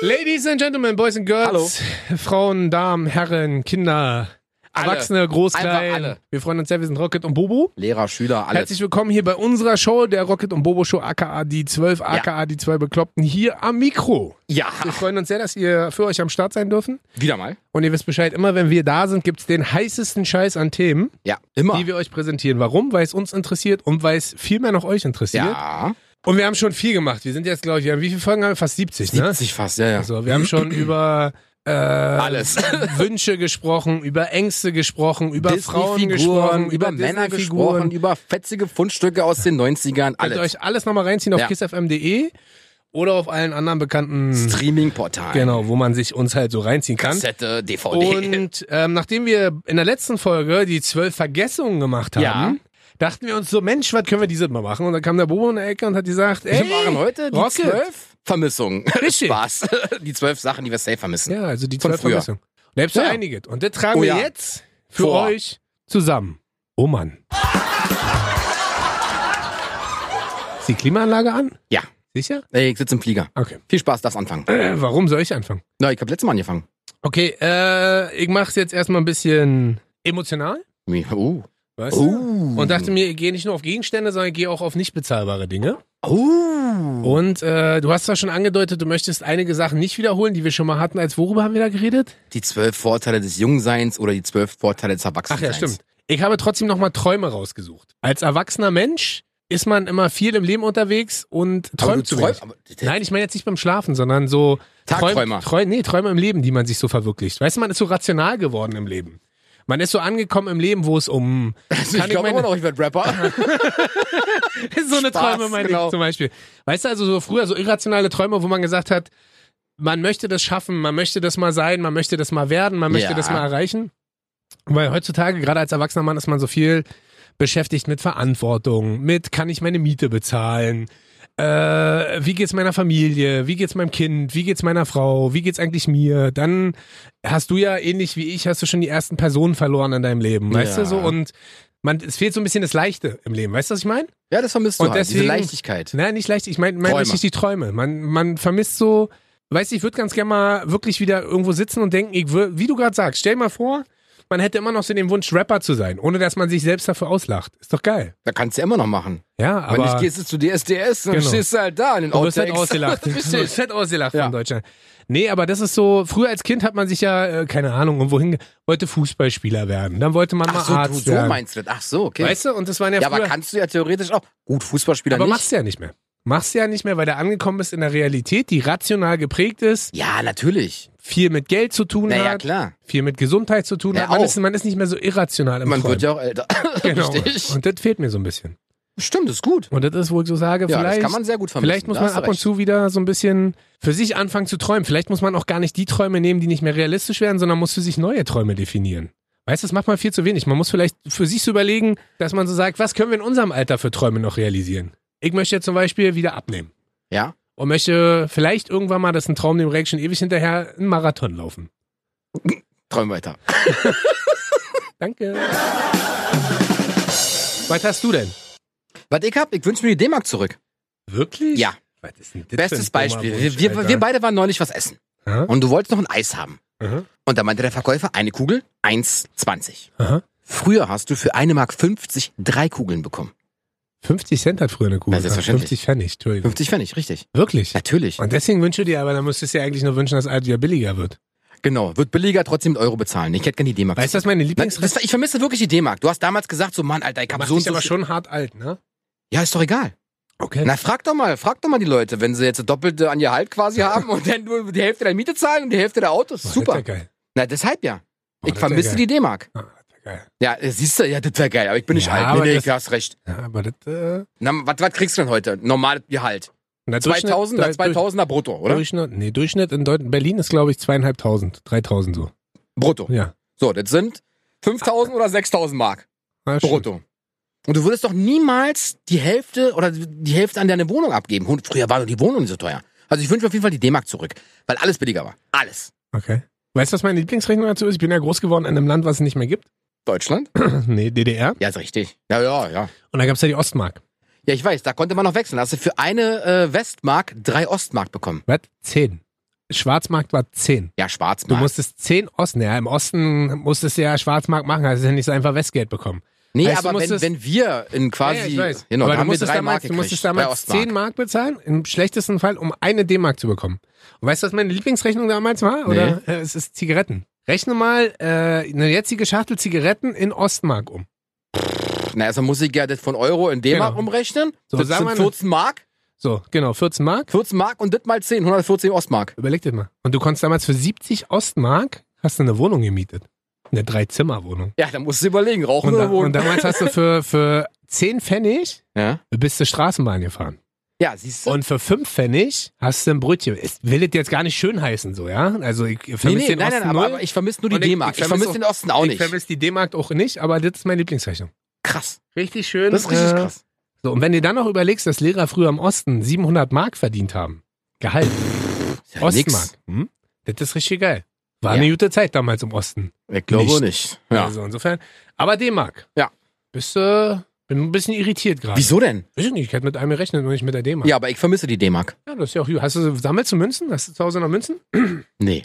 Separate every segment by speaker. Speaker 1: Ladies and Gentlemen, Boys and Girls, Frauen, Damen, Herren, Kinder,
Speaker 2: Alle.
Speaker 1: Erwachsene, Groß,
Speaker 2: Einfach
Speaker 1: Klein.
Speaker 2: alle.
Speaker 1: Wir freuen uns sehr, wir sind Rocket und Bobo.
Speaker 2: Lehrer, Schüler, alles.
Speaker 1: Herzlich willkommen hier bei unserer Show, der Rocket und Bobo Show, aka die 12, aka die zwei Bekloppten, hier am Mikro.
Speaker 2: ja,
Speaker 1: Wir freuen uns sehr, dass ihr für euch am Start sein dürfen.
Speaker 2: wieder mal.
Speaker 1: Und ihr wisst Bescheid, immer wenn wir da sind, gibt's den heißesten Scheiß an Themen,
Speaker 2: Ja, immer.
Speaker 1: die wir euch präsentieren. Warum? Weil es uns interessiert und weil es viel mehr noch euch interessiert.
Speaker 2: ja,
Speaker 1: Und wir haben schon viel gemacht. Wir sind jetzt, glaube ich, wir haben, wie viele Folgen haben wir? Fast 70, ne?
Speaker 2: 70 fast, ja, ja.
Speaker 1: Also, wir haben schon über äh,
Speaker 2: alles.
Speaker 1: Wünsche gesprochen, über Ängste gesprochen, über Frauen
Speaker 2: Disney-Figuren,
Speaker 1: gesprochen,
Speaker 2: über Männer gesprochen, über fetzige Fundstücke aus den 90ern,
Speaker 1: Könnt ihr
Speaker 2: alles.
Speaker 1: euch alles nochmal reinziehen auf
Speaker 2: Ja.
Speaker 1: kissfm.de E oder auf allen anderen bekannten,
Speaker 2: Streaming-Portal.
Speaker 1: genau, wo man sich uns halt so reinziehen kann.
Speaker 2: Kassette, DVD.
Speaker 1: Und ähm, nachdem wir in der letzten Folge die zwölf Vergessungen gemacht haben,
Speaker 2: Ja.
Speaker 1: dachten wir uns so, Mensch, was können wir dieses Mal machen? Und dann kam der Bobo in der Ecke und hat gesagt, ey,
Speaker 2: wir machen heute die
Speaker 1: Rocket.
Speaker 2: zwölf Vermissungen.
Speaker 1: Richtig.
Speaker 2: Spaß. Die zwölf Sachen, die wir safe vermissen.
Speaker 1: Ja, also die
Speaker 2: Von
Speaker 1: zwölf
Speaker 2: früher.
Speaker 1: Vermessungen. Und da gibt's ja.
Speaker 2: Ja.
Speaker 1: einige. Und das tragen
Speaker 2: Oh
Speaker 1: wir
Speaker 2: ja.
Speaker 1: jetzt für
Speaker 2: Vor.
Speaker 1: euch zusammen. Oh Mann. Ist die Klimaanlage an?
Speaker 2: Ja.
Speaker 1: Sicher?
Speaker 2: Ey, ich sitze im Flieger.
Speaker 1: Okay.
Speaker 2: Viel Spaß, darfst anfangen.
Speaker 1: Äh, warum soll ich anfangen?
Speaker 2: Na, ich habe letztes Mal angefangen.
Speaker 1: Okay, äh, ich mach's jetzt erstmal ein bisschen emotional.
Speaker 2: Uh.
Speaker 1: Weißt du?
Speaker 2: Uh.
Speaker 1: Und dachte mir, ich gehe nicht nur auf Gegenstände, sondern ich gehe auch auf nicht bezahlbare Dinge.
Speaker 2: Uh.
Speaker 1: Und äh, du hast zwar schon angedeutet, du möchtest einige Sachen nicht wiederholen, die wir schon mal hatten. Als worüber haben wir da geredet?
Speaker 2: Die zwölf Vorteile des Jungseins oder die zwölf Vorteile des
Speaker 1: Ach
Speaker 2: Erwachsenenseins.
Speaker 1: ja, stimmt. Ich habe trotzdem nochmal Träume rausgesucht. Als erwachsener Mensch ist man immer viel im Leben unterwegs und
Speaker 2: Aber du
Speaker 1: träumt zu wenig.
Speaker 2: träum- aber-
Speaker 1: Nein, ich meine jetzt nicht beim Schlafen, sondern so
Speaker 2: Tagträumer.
Speaker 1: Träum, nee, Träume im Leben, die man sich so verwirklicht. Weißt du, man ist so rational geworden im Leben. Man ist so angekommen im Leben, wo es um
Speaker 2: Also
Speaker 1: Kann
Speaker 2: ich
Speaker 1: ich
Speaker 2: glaube
Speaker 1: meine-
Speaker 2: immer noch, ich werde Rapper.
Speaker 1: so eine
Speaker 2: Spaß,
Speaker 1: Träume meine
Speaker 2: genau.
Speaker 1: ich zum Beispiel. Weißt du, also so früher so irrationale Träume, wo man gesagt hat, man möchte das schaffen, man möchte das mal sein, man möchte das mal werden, man möchte
Speaker 2: Ja.
Speaker 1: das mal erreichen. Weil heutzutage, gerade als erwachsener Mann, ist man so viel beschäftigt mit Verantwortung, mit kann ich meine Miete bezahlen, äh, wie geht's meiner Familie, wie geht's meinem Kind, wie geht's meiner Frau, wie geht's eigentlich mir? Dann hast du ja ähnlich wie ich, hast du schon die ersten Personen verloren in deinem Leben, weißt
Speaker 2: Ja.
Speaker 1: du so? Und man, es fehlt so ein bisschen das Leichte im Leben, weißt du, was ich meine?
Speaker 2: ja, das vermisst du
Speaker 1: Und
Speaker 2: halt, diese
Speaker 1: deswegen- Ne.
Speaker 2: Leichtigkeit.
Speaker 1: Nein, nicht leicht. Ich meine mein
Speaker 2: Träume.
Speaker 1: richtig die Träume. Man, man vermisst so, weißt du, ich würde ganz gerne mal wirklich wieder irgendwo sitzen und denken, ich wür, wie du gerade sagst, stell mal vor, man hätte immer noch so den Wunsch, Rapper zu sein, ohne dass man sich selbst dafür auslacht. Ist doch geil.
Speaker 2: Da kannst du ja immer noch machen.
Speaker 1: Ja,
Speaker 2: Wenn
Speaker 1: aber
Speaker 2: nicht gehst du zu DSDS, dann
Speaker 1: Genau.
Speaker 2: stehst du halt da in den
Speaker 1: du wirst halt
Speaker 2: Outtakes.
Speaker 1: ausgelacht. Du
Speaker 2: Richtig.
Speaker 1: wirst halt ausgelacht
Speaker 2: Ja.
Speaker 1: von Deutschland. Nee, aber das ist so, früher als Kind hat man sich ja, äh, keine Ahnung, irgendwo hinge, wollte Fußballspieler werden. Dann wollte man mal
Speaker 2: Ach so, du,
Speaker 1: Arzt
Speaker 2: so
Speaker 1: werden.
Speaker 2: meinst du das. Ach so, okay.
Speaker 1: weißt du, und das waren ja,
Speaker 2: ja,
Speaker 1: früher...
Speaker 2: aber kannst du ja theoretisch auch. Gut, Fußballspieler
Speaker 1: aber
Speaker 2: nicht.
Speaker 1: machst du ja nicht mehr. Machst du ja nicht mehr, weil du angekommen bist in der Realität, die rational geprägt ist.
Speaker 2: ja, natürlich.
Speaker 1: viel mit Geld zu tun
Speaker 2: Naja,
Speaker 1: hat,
Speaker 2: klar.
Speaker 1: viel mit Gesundheit zu tun
Speaker 2: Ja,
Speaker 1: hat. Man
Speaker 2: auch.
Speaker 1: ist, man ist nicht mehr so irrational im
Speaker 2: Man
Speaker 1: Träumen.
Speaker 2: wird ja auch älter.
Speaker 1: genau.
Speaker 2: Richtig.
Speaker 1: Und das fehlt mir so ein bisschen.
Speaker 2: Stimmt, ist gut.
Speaker 1: Und das ist, wo ich so sage,
Speaker 2: Ja, das
Speaker 1: vielleicht,
Speaker 2: kann man sehr gut vermissen.
Speaker 1: vielleicht muss
Speaker 2: Da
Speaker 1: man
Speaker 2: hast du
Speaker 1: ab und
Speaker 2: recht.
Speaker 1: zu wieder so ein bisschen für sich anfangen zu träumen. Vielleicht muss man auch gar nicht die Träume nehmen, die nicht mehr realistisch werden, sondern muss für sich neue Träume definieren. Weißt du, das macht man viel zu wenig. Man muss vielleicht für sich so überlegen, dass man so sagt, was können wir in unserem Alter für Träume noch realisieren? Ich möchte jetzt zum Beispiel wieder abnehmen.
Speaker 2: Ja.
Speaker 1: Und möchte vielleicht irgendwann mal, das ist ein Traum, dem Reaction ewig hinterher, einen Marathon laufen.
Speaker 2: Träum weiter.
Speaker 1: Danke. Was hast du denn?
Speaker 2: Was ich hab, ich wünsche mir die D-Mark zurück.
Speaker 1: Wirklich?
Speaker 2: Ja.
Speaker 1: Was ist denn das
Speaker 2: Bestes
Speaker 1: für ein dummer
Speaker 2: Beispiel.
Speaker 1: Wunsch,
Speaker 2: Wir, wir,
Speaker 1: Alter?
Speaker 2: wir beide waren neulich was essen.
Speaker 1: Aha.
Speaker 2: Und du wolltest noch ein Eis haben.
Speaker 1: Aha.
Speaker 2: Und da meinte der Verkäufer, eine Kugel, 1,20.
Speaker 1: Aha.
Speaker 2: Früher hast du für eine Mark 50 drei Kugeln bekommen.
Speaker 1: 50 Cent hat früher eine Kugel.
Speaker 2: Ja, selbstverständlich.
Speaker 1: 50 Pfennig, Entschuldigung.
Speaker 2: 50 Pfennig, richtig.
Speaker 1: Wirklich?
Speaker 2: Natürlich.
Speaker 1: Und deswegen wünsche dir, aber dann müsstest du dir eigentlich nur wünschen, dass alles wieder billiger wird.
Speaker 2: Genau. Wird billiger, trotzdem mit Euro bezahlen. Ich hätte gerne die D-Mark.
Speaker 1: Weißt du, was meine
Speaker 2: Das-
Speaker 1: Lieblingsreste
Speaker 2: das- Ich vermisse wirklich die D-Mark. Du hast damals gesagt, so Mann, Alter, ich hab
Speaker 1: Macht
Speaker 2: so und
Speaker 1: dich
Speaker 2: so
Speaker 1: aber
Speaker 2: viel-
Speaker 1: schon hart alt, ne?
Speaker 2: Ja, ist doch egal.
Speaker 1: Okay.
Speaker 2: Na, frag doch mal, frag doch mal die Leute, wenn sie jetzt das doppelte an ihr Halt quasi haben und dann nur die Hälfte der Miete zahlen und die Hälfte der Autos.
Speaker 1: Boah,
Speaker 2: Super.
Speaker 1: Das wär geil.
Speaker 2: Na, deshalb ja.
Speaker 1: Boah,
Speaker 2: Ich
Speaker 1: das wär
Speaker 2: vermisse
Speaker 1: geil.
Speaker 2: die D-Mark.
Speaker 1: Ah, das wär geil.
Speaker 2: Ja, äh, siehst du, ja, das wär geil, aber ich bin nicht
Speaker 1: Ja,
Speaker 2: alt.
Speaker 1: aber
Speaker 2: Nee, nee,
Speaker 1: das-
Speaker 2: du hast recht.
Speaker 1: Ja, aber das... Äh,
Speaker 2: Na, was, was kriegst du denn heute? Normales Gehalt. 2000,
Speaker 1: er
Speaker 2: 2000er brutto, oder?
Speaker 1: Durchschnitt, nee, Durchschnitt in Deut Berlin ist, glaube ich, zweieinhalbtausend, dreitausend so.
Speaker 2: Brutto.
Speaker 1: Ja.
Speaker 2: So, das sind 5000 oder 6000 Mark
Speaker 1: Na, schön.
Speaker 2: brutto. Und du würdest doch niemals die Hälfte oder die Hälfte an deine Wohnung abgeben. Und früher war doch die Wohnung nicht so teuer. Also ich wünsche mir auf jeden Fall die D-Mark zurück, weil alles billiger war. Alles.
Speaker 1: Okay. Weißt du, was meine Lieblingsrechnung dazu ist? Ich bin ja groß geworden in einem Land, was es nicht mehr gibt.
Speaker 2: Deutschland?
Speaker 1: nee, DDR.
Speaker 2: Ja, ist richtig. Ja, ja, ja.
Speaker 1: Und da gab es ja die Ostmark.
Speaker 2: Ja, ich weiß, da konnte man noch wechseln. Da hast du für eine äh, Westmark drei Ostmark bekommen.
Speaker 1: Was? Zehn. Schwarzmarkt war 10.
Speaker 2: Ja,
Speaker 1: Du
Speaker 2: Schwarzmarkt.
Speaker 1: musstest 10 Osten, ja, im Osten musstest du ja Schwarzmarkt machen, hast du ja nicht so einfach Westgeld bekommen.
Speaker 2: nee,
Speaker 1: heißt, du
Speaker 2: aber wenn,
Speaker 1: musstest-
Speaker 2: wenn wir in quasi.
Speaker 1: ja, ich weiß.
Speaker 2: Genau,
Speaker 1: Aber
Speaker 2: da
Speaker 1: du
Speaker 2: haben wir
Speaker 1: musstest,
Speaker 2: drei Mark
Speaker 1: damals, du
Speaker 2: gekriegt.
Speaker 1: musstest
Speaker 2: bei
Speaker 1: damals
Speaker 2: Ostmark.
Speaker 1: 10 Mark bezahlen, im schlechtesten Fall, um eine D-Mark zu bekommen. Und weißt du, was meine Lieblingsrechnung damals war? Oder äh, es ist Zigaretten. Rechne mal äh, eine jetzige Schachtel Zigaretten in Ostmark um.
Speaker 2: Na, erstmal muss ich ja das von Euro in D-Mark
Speaker 1: Genau.
Speaker 2: umrechnen.
Speaker 1: So,
Speaker 2: das
Speaker 1: sag
Speaker 2: sind
Speaker 1: mal-
Speaker 2: 14 Mark.
Speaker 1: So, genau, 14 Mark.
Speaker 2: 14 Mark und das mal 10, 114 Ostmark.
Speaker 1: Überleg dir mal. Und du konntest damals für 70 Ostmark, hast du eine Wohnung gemietet. Eine Drei-Zimmer-Wohnung.
Speaker 2: Ja, da musst du überlegen, rauchen
Speaker 1: Und, da,
Speaker 2: oder
Speaker 1: und
Speaker 2: wohnen.
Speaker 1: damals hast du für, für 10 Pfennig
Speaker 2: ja?
Speaker 1: bist du Straßenbahn gefahren.
Speaker 2: ja, siehst du.
Speaker 1: Und für 5 Pfennig hast du ein Brötchen. Ich will das jetzt gar nicht schön heißen, so, ja? Also ich vermisse
Speaker 2: Nee, nee,
Speaker 1: den
Speaker 2: nein,
Speaker 1: Osten
Speaker 2: nein, aber,
Speaker 1: null.
Speaker 2: aber ich vermisse nur die
Speaker 1: Und ich-
Speaker 2: D-Mark.
Speaker 1: ich
Speaker 2: Ich,
Speaker 1: vermisse
Speaker 2: vermisse den Osten auch
Speaker 1: ich
Speaker 2: nicht.
Speaker 1: vermisse die D-Markt auch nicht, aber das ist meine Lieblingsrechnung.
Speaker 2: Krass.
Speaker 1: Richtig schön.
Speaker 2: Das ist richtig Äh, krass.
Speaker 1: So, und wenn du dann noch überlegst, dass Lehrer früher im Osten 700 Mark verdient haben. Gehalt.
Speaker 2: Ist Ja, nix.
Speaker 1: Ostmark. Hm? Das ist richtig geil. War
Speaker 2: Ja.
Speaker 1: eine gute Zeit damals im Osten.
Speaker 2: Ich glaube
Speaker 1: Nicht.
Speaker 2: nicht. Ja.
Speaker 1: Also insofern. Aber D-Mark.
Speaker 2: Ja.
Speaker 1: Bist du. Bin ein bisschen irritiert gerade.
Speaker 2: Wieso denn?
Speaker 1: Weiß ich nicht, ich hätte mit einem gerechnet und nicht mit der D-Mark.
Speaker 2: Ja, aber ich vermisse die D-Mark.
Speaker 1: Ja, das ist ja auch gut. Hast du, sammelst du Münzen? Hast du zu Hause noch Münzen?
Speaker 2: Nee.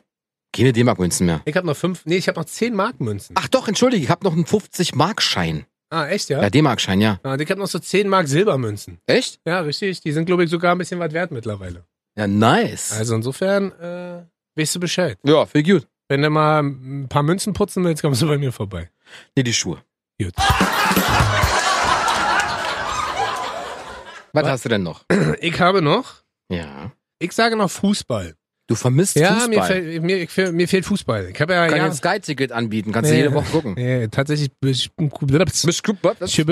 Speaker 2: Keine D-Mark-Münzen mehr.
Speaker 1: Ich habe noch fünf, nee, ich habe noch zehn Mark Münzen.
Speaker 2: Ach doch, entschuldige, ich habe noch einen 50-Mark-Schein.
Speaker 1: Ah, echt, ja?
Speaker 2: Ja, D-Mark-Schein, ja.
Speaker 1: Ah, und ich habe noch so zehn Mark Silbermünzen.
Speaker 2: Echt?
Speaker 1: Ja, richtig. Die sind, glaube ich, sogar ein bisschen was wert mittlerweile.
Speaker 2: Ja, nice.
Speaker 1: Also insofern, äh, weißt du Bescheid.
Speaker 2: ja, viel gut.
Speaker 1: Wenn du mal ein paar Münzen putzen willst, kommst du bei mir vorbei.
Speaker 2: Nee, die Schuhe.
Speaker 1: Gut.
Speaker 2: Was hast du denn noch?
Speaker 1: Ich habe noch,
Speaker 2: Ja.
Speaker 1: ich sage noch Fußball.
Speaker 2: Du vermisst
Speaker 1: Ja,
Speaker 2: Fußball.
Speaker 1: mir, fällt- mir, ich fehl- mir fehlt Fußball. Ich habe ja,
Speaker 2: Kann
Speaker 1: ja
Speaker 2: ja. ein Sky-Ticket anbieten, kannst
Speaker 1: Nee.
Speaker 2: du jede Woche gucken.
Speaker 1: nee, tatsächlich, ich, ich,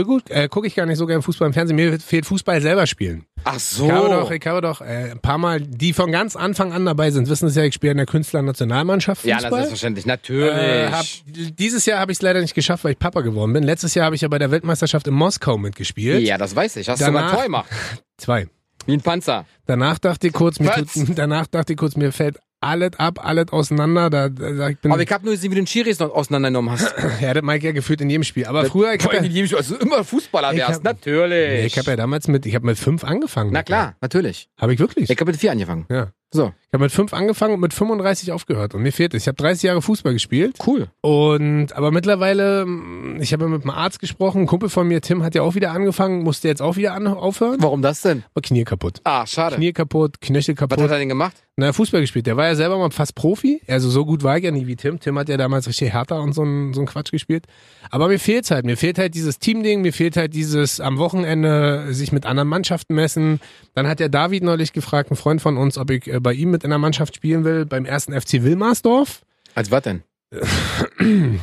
Speaker 1: gut, äh, gucke ich gar nicht so gerne Fußball im Fernsehen. Mir fehlt Fußball selber spielen.
Speaker 2: Ach so.
Speaker 1: Ich habe doch, ich habe doch äh, ein paar Mal, die von ganz Anfang an dabei sind, wissen es ja, ich spiele in der Künstlernationalmannschaft
Speaker 2: ja,
Speaker 1: Fußball.
Speaker 2: na, selbstverständlich.
Speaker 1: äh, hab,
Speaker 2: Natürlich.
Speaker 1: dieses Jahr habe ich es leider nicht geschafft, weil ich Papa geworden bin. Letztes Jahr habe ich ja bei der Weltmeisterschaft in Moskau mitgespielt.
Speaker 2: ja, das weiß ich. Hast du
Speaker 1: Danach-
Speaker 2: mal Toy gemacht.
Speaker 1: Zwei.
Speaker 2: Wie ein Panzer.
Speaker 1: Danach dachte ich kurz, mir
Speaker 2: Was?
Speaker 1: tut, danach dachte ich kurz, mir fällt alles ab, alles auseinander. Da, da, da- ich bin,
Speaker 2: Aber ich hab nur gesehen, wie du den Schiris noch auseinandergenommen hast.
Speaker 1: ja, das Mike ja gefühlt in jedem Spiel. Aber früher, ich
Speaker 2: Vor
Speaker 1: habe ja,
Speaker 2: allem in jedem Spiel, also immer Fußballer
Speaker 1: Ich
Speaker 2: wärst.
Speaker 1: hab-
Speaker 2: natürlich.
Speaker 1: nee, ich hab ja damals mit, ich habe mit fünf angefangen.
Speaker 2: Na klar, natürlich.
Speaker 1: Habe ich wirklich.
Speaker 2: Ich habe mit vier angefangen.
Speaker 1: ja.
Speaker 2: So,
Speaker 1: Ich habe mit fünf angefangen und mit 35 aufgehört. Und mir fehlt es. Ich habe 30 Jahre Fußball gespielt.
Speaker 2: cool.
Speaker 1: Und aber mittlerweile, mh, ich habe ja mit einem Arzt gesprochen, ein Kumpel von mir, Tim, hat ja auch wieder angefangen, musste jetzt auch wieder an, aufhören.
Speaker 2: Warum das denn?
Speaker 1: Aber Knie kaputt.
Speaker 2: Ah, schade.
Speaker 1: Knie kaputt, Knöchel
Speaker 2: Was hat
Speaker 1: kaputt.
Speaker 2: er denn gemacht?
Speaker 1: Na, Fußball gespielt. Der war ja selber mal fast Profi. Also so gut war ich ja nie wie Tim. Tim hat ja damals richtig härter und so ein, so ein Quatsch gespielt. Aber mir fehlt's halt. Mir fehlt halt dieses Teamding, mir fehlt halt dieses am Wochenende sich mit anderen Mannschaften messen. Dann hat der David neulich gefragt, ein Freund von uns, ob ich äh, bei ihm mit in der Mannschaft spielen will, beim ersten FC Wilmersdorf.
Speaker 2: Als was denn?
Speaker 1: Äh,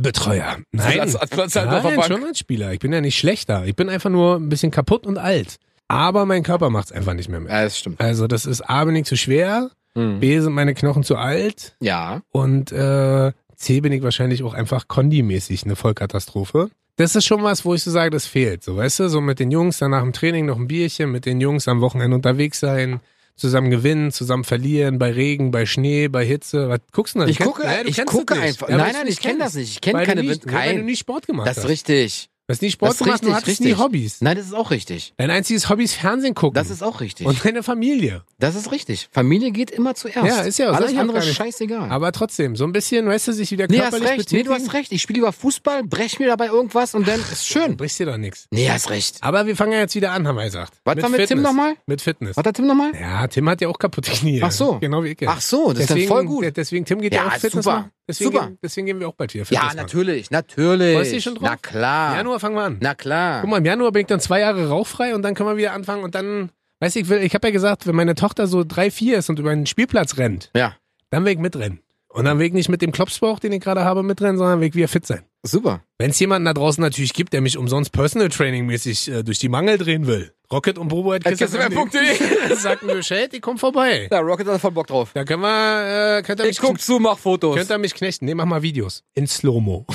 Speaker 1: Betreuer. Nein.
Speaker 2: Als, als Platz halt auf der
Speaker 1: Nein,
Speaker 2: Bank.
Speaker 1: schon als Spieler. Ich bin ja nicht schlechter. Ich bin einfach nur ein bisschen kaputt und alt. Aber mein Körper macht's einfach nicht mehr mit.
Speaker 2: Ja, Hm. das stimmt.
Speaker 1: Also das ist A, bin ich zu schwer, B, sind meine Knochen zu alt
Speaker 2: Ja.
Speaker 1: und äh, C, bin ich wahrscheinlich auch einfach kondimäßig eine Vollkatastrophe. Das ist schon was, wo ich so sage, das fehlt. So, weißt du, so mit den Jungs dann nach dem Training noch ein Bierchen, mit den Jungs am Wochenende unterwegs sein, zusammen gewinnen, zusammen verlieren, bei Regen, bei Schnee, bei Hitze. Was guckst du denn?
Speaker 2: Ich
Speaker 1: Du kennst-
Speaker 2: gucke,
Speaker 1: Naja, du
Speaker 2: ich
Speaker 1: kennst
Speaker 2: gucke
Speaker 1: das nicht.
Speaker 2: einfach.
Speaker 1: Ja, weil
Speaker 2: nein,
Speaker 1: du
Speaker 2: nein,
Speaker 1: nicht
Speaker 2: ich kenne
Speaker 1: kennst.
Speaker 2: das nicht. Ich kenne
Speaker 1: Weil du
Speaker 2: keine
Speaker 1: nicht-
Speaker 2: Wind.
Speaker 1: Weil du
Speaker 2: Kein.
Speaker 1: nie Sport gemacht
Speaker 2: Das
Speaker 1: hast.
Speaker 2: ist richtig.
Speaker 1: Du hast nie Sport
Speaker 2: Das ist
Speaker 1: gemacht, du
Speaker 2: richtig,
Speaker 1: hattest nie
Speaker 2: richtig.
Speaker 1: Hobbys.
Speaker 2: Nein, das ist auch richtig.
Speaker 1: Dein einziges Hobby ist Fernsehen gucken.
Speaker 2: Das ist auch richtig.
Speaker 1: und deine Familie.
Speaker 2: das ist richtig. Familie geht immer zuerst.
Speaker 1: Ja, ist ja auch- sag
Speaker 2: Alles
Speaker 1: ich auch
Speaker 2: andere
Speaker 1: gar
Speaker 2: ist
Speaker 1: nicht.
Speaker 2: scheißegal.
Speaker 1: Aber trotzdem, so ein bisschen, weißt du, sich wieder
Speaker 2: nee, hast
Speaker 1: körperlich
Speaker 2: recht. Nee,
Speaker 1: betätigen.
Speaker 2: du hast recht. Ich spiele lieber Fußball, brech mir dabei irgendwas und dann ist schön.
Speaker 1: Brichst dir doch nichts.
Speaker 2: Nee, hast recht.
Speaker 1: Aber wir fangen ja jetzt wieder an, haben wir gesagt.
Speaker 2: Was war mit Tim
Speaker 1: Fitness.
Speaker 2: nochmal?
Speaker 1: Mit Fitness.
Speaker 2: Was hat Tim nochmal?
Speaker 1: Ja, Tim hat ja auch kaputte Knie.
Speaker 2: Ach so.
Speaker 1: Genau wie ich. ja.
Speaker 2: Ach so, das ist dann
Speaker 1: deswegen,
Speaker 2: voll gut.
Speaker 1: de- Deswegen, Tim geht ja,
Speaker 2: Ja,
Speaker 1: auch
Speaker 2: ist
Speaker 1: Fitness
Speaker 2: super.
Speaker 1: machen. Deswegen,
Speaker 2: Super.
Speaker 1: Gehen, deswegen gehen wir auch bald hier Fitness
Speaker 2: Ja,
Speaker 1: machen.
Speaker 2: natürlich, natürlich.
Speaker 1: Freust du dich schon drauf?
Speaker 2: Na klar.
Speaker 1: Im Januar fangen wir an.
Speaker 2: Na klar.
Speaker 1: Guck mal, im Januar bin ich dann zwei Jahre rauchfrei und dann können wir wieder anfangen und dann, weiß ich, will, ich habe ja gesagt, wenn meine Tochter so drei, vier ist und über einen Spielplatz rennt,
Speaker 2: Ja,
Speaker 1: dann will ich mitrennen. Und dann will ich nicht mit dem Klopsbauch, den ich gerade habe, mitrennen, sondern will ich wieder fit sein.
Speaker 2: super.
Speaker 1: Wenn es jemanden da draußen natürlich gibt, der mich umsonst Personal Training mäßig äh, durch die Mangel drehen will, Rocket und Bobo at
Speaker 2: Kissefm.de.
Speaker 1: sagt mir Bescheid, ich komm vorbei.
Speaker 2: Ja, Rocket hat voll Bock drauf.
Speaker 1: Da können wir, äh, könnt ihr mich,
Speaker 2: Ich guck zu, mach Fotos.
Speaker 1: könnt ihr mich knechten. Nee, mach mal Videos. In Slow-Mo.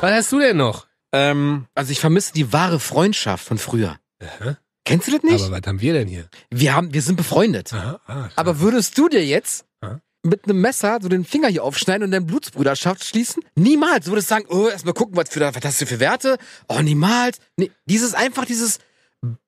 Speaker 1: Was hast du denn noch?
Speaker 2: Ähm, also ich vermisse die wahre Freundschaft von früher. Kennst du das nicht?
Speaker 1: Aber was haben wir denn hier?
Speaker 2: wir haben, wir sind befreundet.
Speaker 1: Aha, ah,
Speaker 2: Aber würdest du dir jetzt
Speaker 1: Aha.
Speaker 2: mit einem Messer so den Finger hier aufschneiden und deine Blutsbruderschaft schließen? Niemals. Du würdest sagen, oh, erstmal gucken, was, für, was hast du für Werte? Oh, niemals. Nee, dieses einfach dieses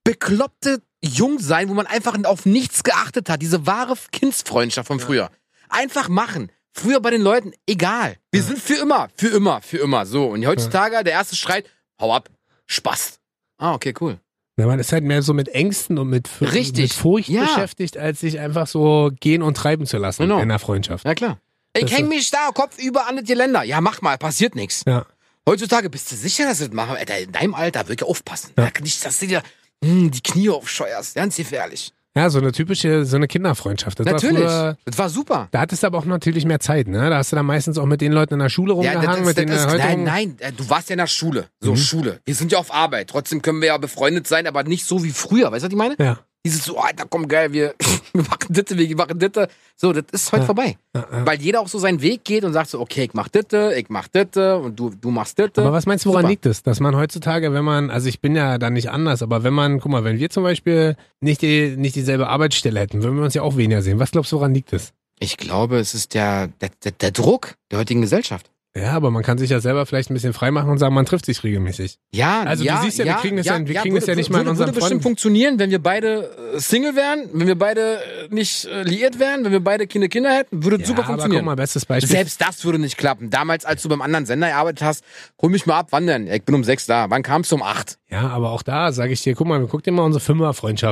Speaker 2: bekloppte Jungsein, wo man einfach auf nichts geachtet hat. Diese wahre Kindsfreundschaft von früher. Einfach machen. Früher bei den Leuten, egal. Wir sind für immer, für immer, für immer. So. Und heutzutage, der erste schreit, hau ab, Spaß. Ah, okay, cool.
Speaker 1: Na, man ist halt mehr so mit Ängsten und mit, F-
Speaker 2: Richtig.
Speaker 1: mit Furcht
Speaker 2: Ja.
Speaker 1: beschäftigt, als sich einfach so gehen und treiben zu lassen
Speaker 2: Genau.
Speaker 1: in der Freundschaft.
Speaker 2: Ja, klar. Ich
Speaker 1: Das
Speaker 2: häng
Speaker 1: ist-
Speaker 2: mich da, Kopf über an das Geländer. Ja, mach mal, passiert nichts.
Speaker 1: Ja.
Speaker 2: Heutzutage bist du sicher, dass sie das machen. Alter, in deinem Alter wirklich aufpassen.
Speaker 1: Ja.
Speaker 2: Da kann ich, dass du dir hm, die Knie aufscheuerst. Ganz gefährlich.
Speaker 1: Ja, so eine typische, so eine Kinderfreundschaft. Das
Speaker 2: Natürlich.
Speaker 1: War früher,
Speaker 2: das war super.
Speaker 1: da hattest du aber auch natürlich mehr Zeit, ne? Da hast du dann meistens auch mit den Leuten in der Schule
Speaker 2: Ja,
Speaker 1: rumgehangen,
Speaker 2: das, das,
Speaker 1: mit denen
Speaker 2: das,
Speaker 1: du heute
Speaker 2: nein,
Speaker 1: rum-
Speaker 2: nein, äh, du warst ja in der Schule. So,
Speaker 1: Mhm.
Speaker 2: Schule. Wir sind ja auf Arbeit. Trotzdem können wir ja befreundet sein, aber nicht so wie früher. Weißt du, was ich meine?
Speaker 1: Ja.
Speaker 2: Dieses so, oh, Alter, komm, geil, wir, wir machen ditte, wir machen ditte. So, das ist heute
Speaker 1: Ja.
Speaker 2: vorbei.
Speaker 1: Ja, ja.
Speaker 2: Weil jeder auch so seinen Weg geht und sagt so, okay, ich mach ditte, ich mach ditte und du, du machst ditte.
Speaker 1: Aber was meinst du, woran
Speaker 2: Super.
Speaker 1: liegt es? Dass man heutzutage, wenn man, also ich bin ja da nicht anders, aber wenn man, guck mal, wenn wir zum Beispiel nicht, die, nicht dieselbe Arbeitsstelle hätten, würden wir uns ja auch weniger sehen. Was glaubst du, woran liegt es?
Speaker 2: Ich glaube, es ist der, der, der, der Druck der heutigen Gesellschaft.
Speaker 1: Ja, aber man kann sich ja selber vielleicht ein bisschen freimachen und sagen, man trifft sich regelmäßig.
Speaker 2: Ja,
Speaker 1: Also du
Speaker 2: ja,
Speaker 1: siehst ja, wir kriegen das ja- wir kriegen
Speaker 2: würde,
Speaker 1: das ja nicht mal in
Speaker 2: würde,
Speaker 1: unseren
Speaker 2: würde bestimmt
Speaker 1: Freunden.
Speaker 2: funktionieren, wenn wir beide äh, Single wären, wenn wir beide äh, nicht äh, liiert wären, wenn wir beide keine Kinder hätten, würde
Speaker 1: Ja,
Speaker 2: super
Speaker 1: aber guck
Speaker 2: funktionieren.
Speaker 1: mal, bestes Beispiel.
Speaker 2: Selbst das würde nicht klappen. Damals, als du beim anderen Sender gearbeitet hast, hol mich mal ab, wann denn? Ich bin um sechs da. Wann kamst du um acht?
Speaker 1: Ja, aber auch da sage ich dir, guck mal, wir gucken dir mal unsere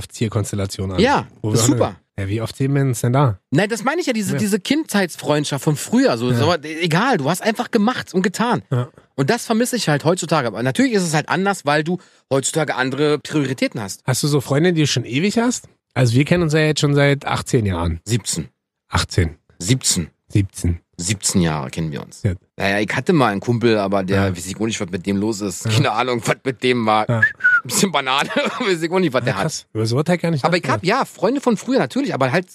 Speaker 1: Fünfer-Freundschafts-Hier-Konstellation an.
Speaker 2: Ja,
Speaker 1: Wo
Speaker 2: das
Speaker 1: wir
Speaker 2: ist super.
Speaker 1: Ja, wie oft sehen wir uns denn da?
Speaker 2: Nein, das meine ich ja, diese,
Speaker 1: Ja.
Speaker 2: diese Kindheitsfreundschaft von früher. So, so, egal, du hast einfach gemacht und getan.
Speaker 1: Ja.
Speaker 2: Und das vermisse ich halt heutzutage. Aber natürlich ist es halt anders, weil du heutzutage andere Prioritäten hast.
Speaker 1: Hast du so Freunde, die du schon ewig hast? Also wir kennen uns ja jetzt schon seit 18 Jahren.
Speaker 2: 17.
Speaker 1: 18,
Speaker 2: 17.
Speaker 1: 17.
Speaker 2: 17 Jahre kennen wir uns.
Speaker 1: Ja.
Speaker 2: Naja, ich hatte mal einen Kumpel, aber der
Speaker 1: Ja.
Speaker 2: weiß ich auch nicht, was mit dem los ist. Keine Ahnung, was mit dem war.
Speaker 1: Ja.
Speaker 2: Ein bisschen Banane, weiß ich auch nicht, was der hat.
Speaker 1: Krass. Über so Urteil gar nicht
Speaker 2: Aber ich hab
Speaker 1: nachgedacht.
Speaker 2: ja Freunde von früher natürlich, aber halt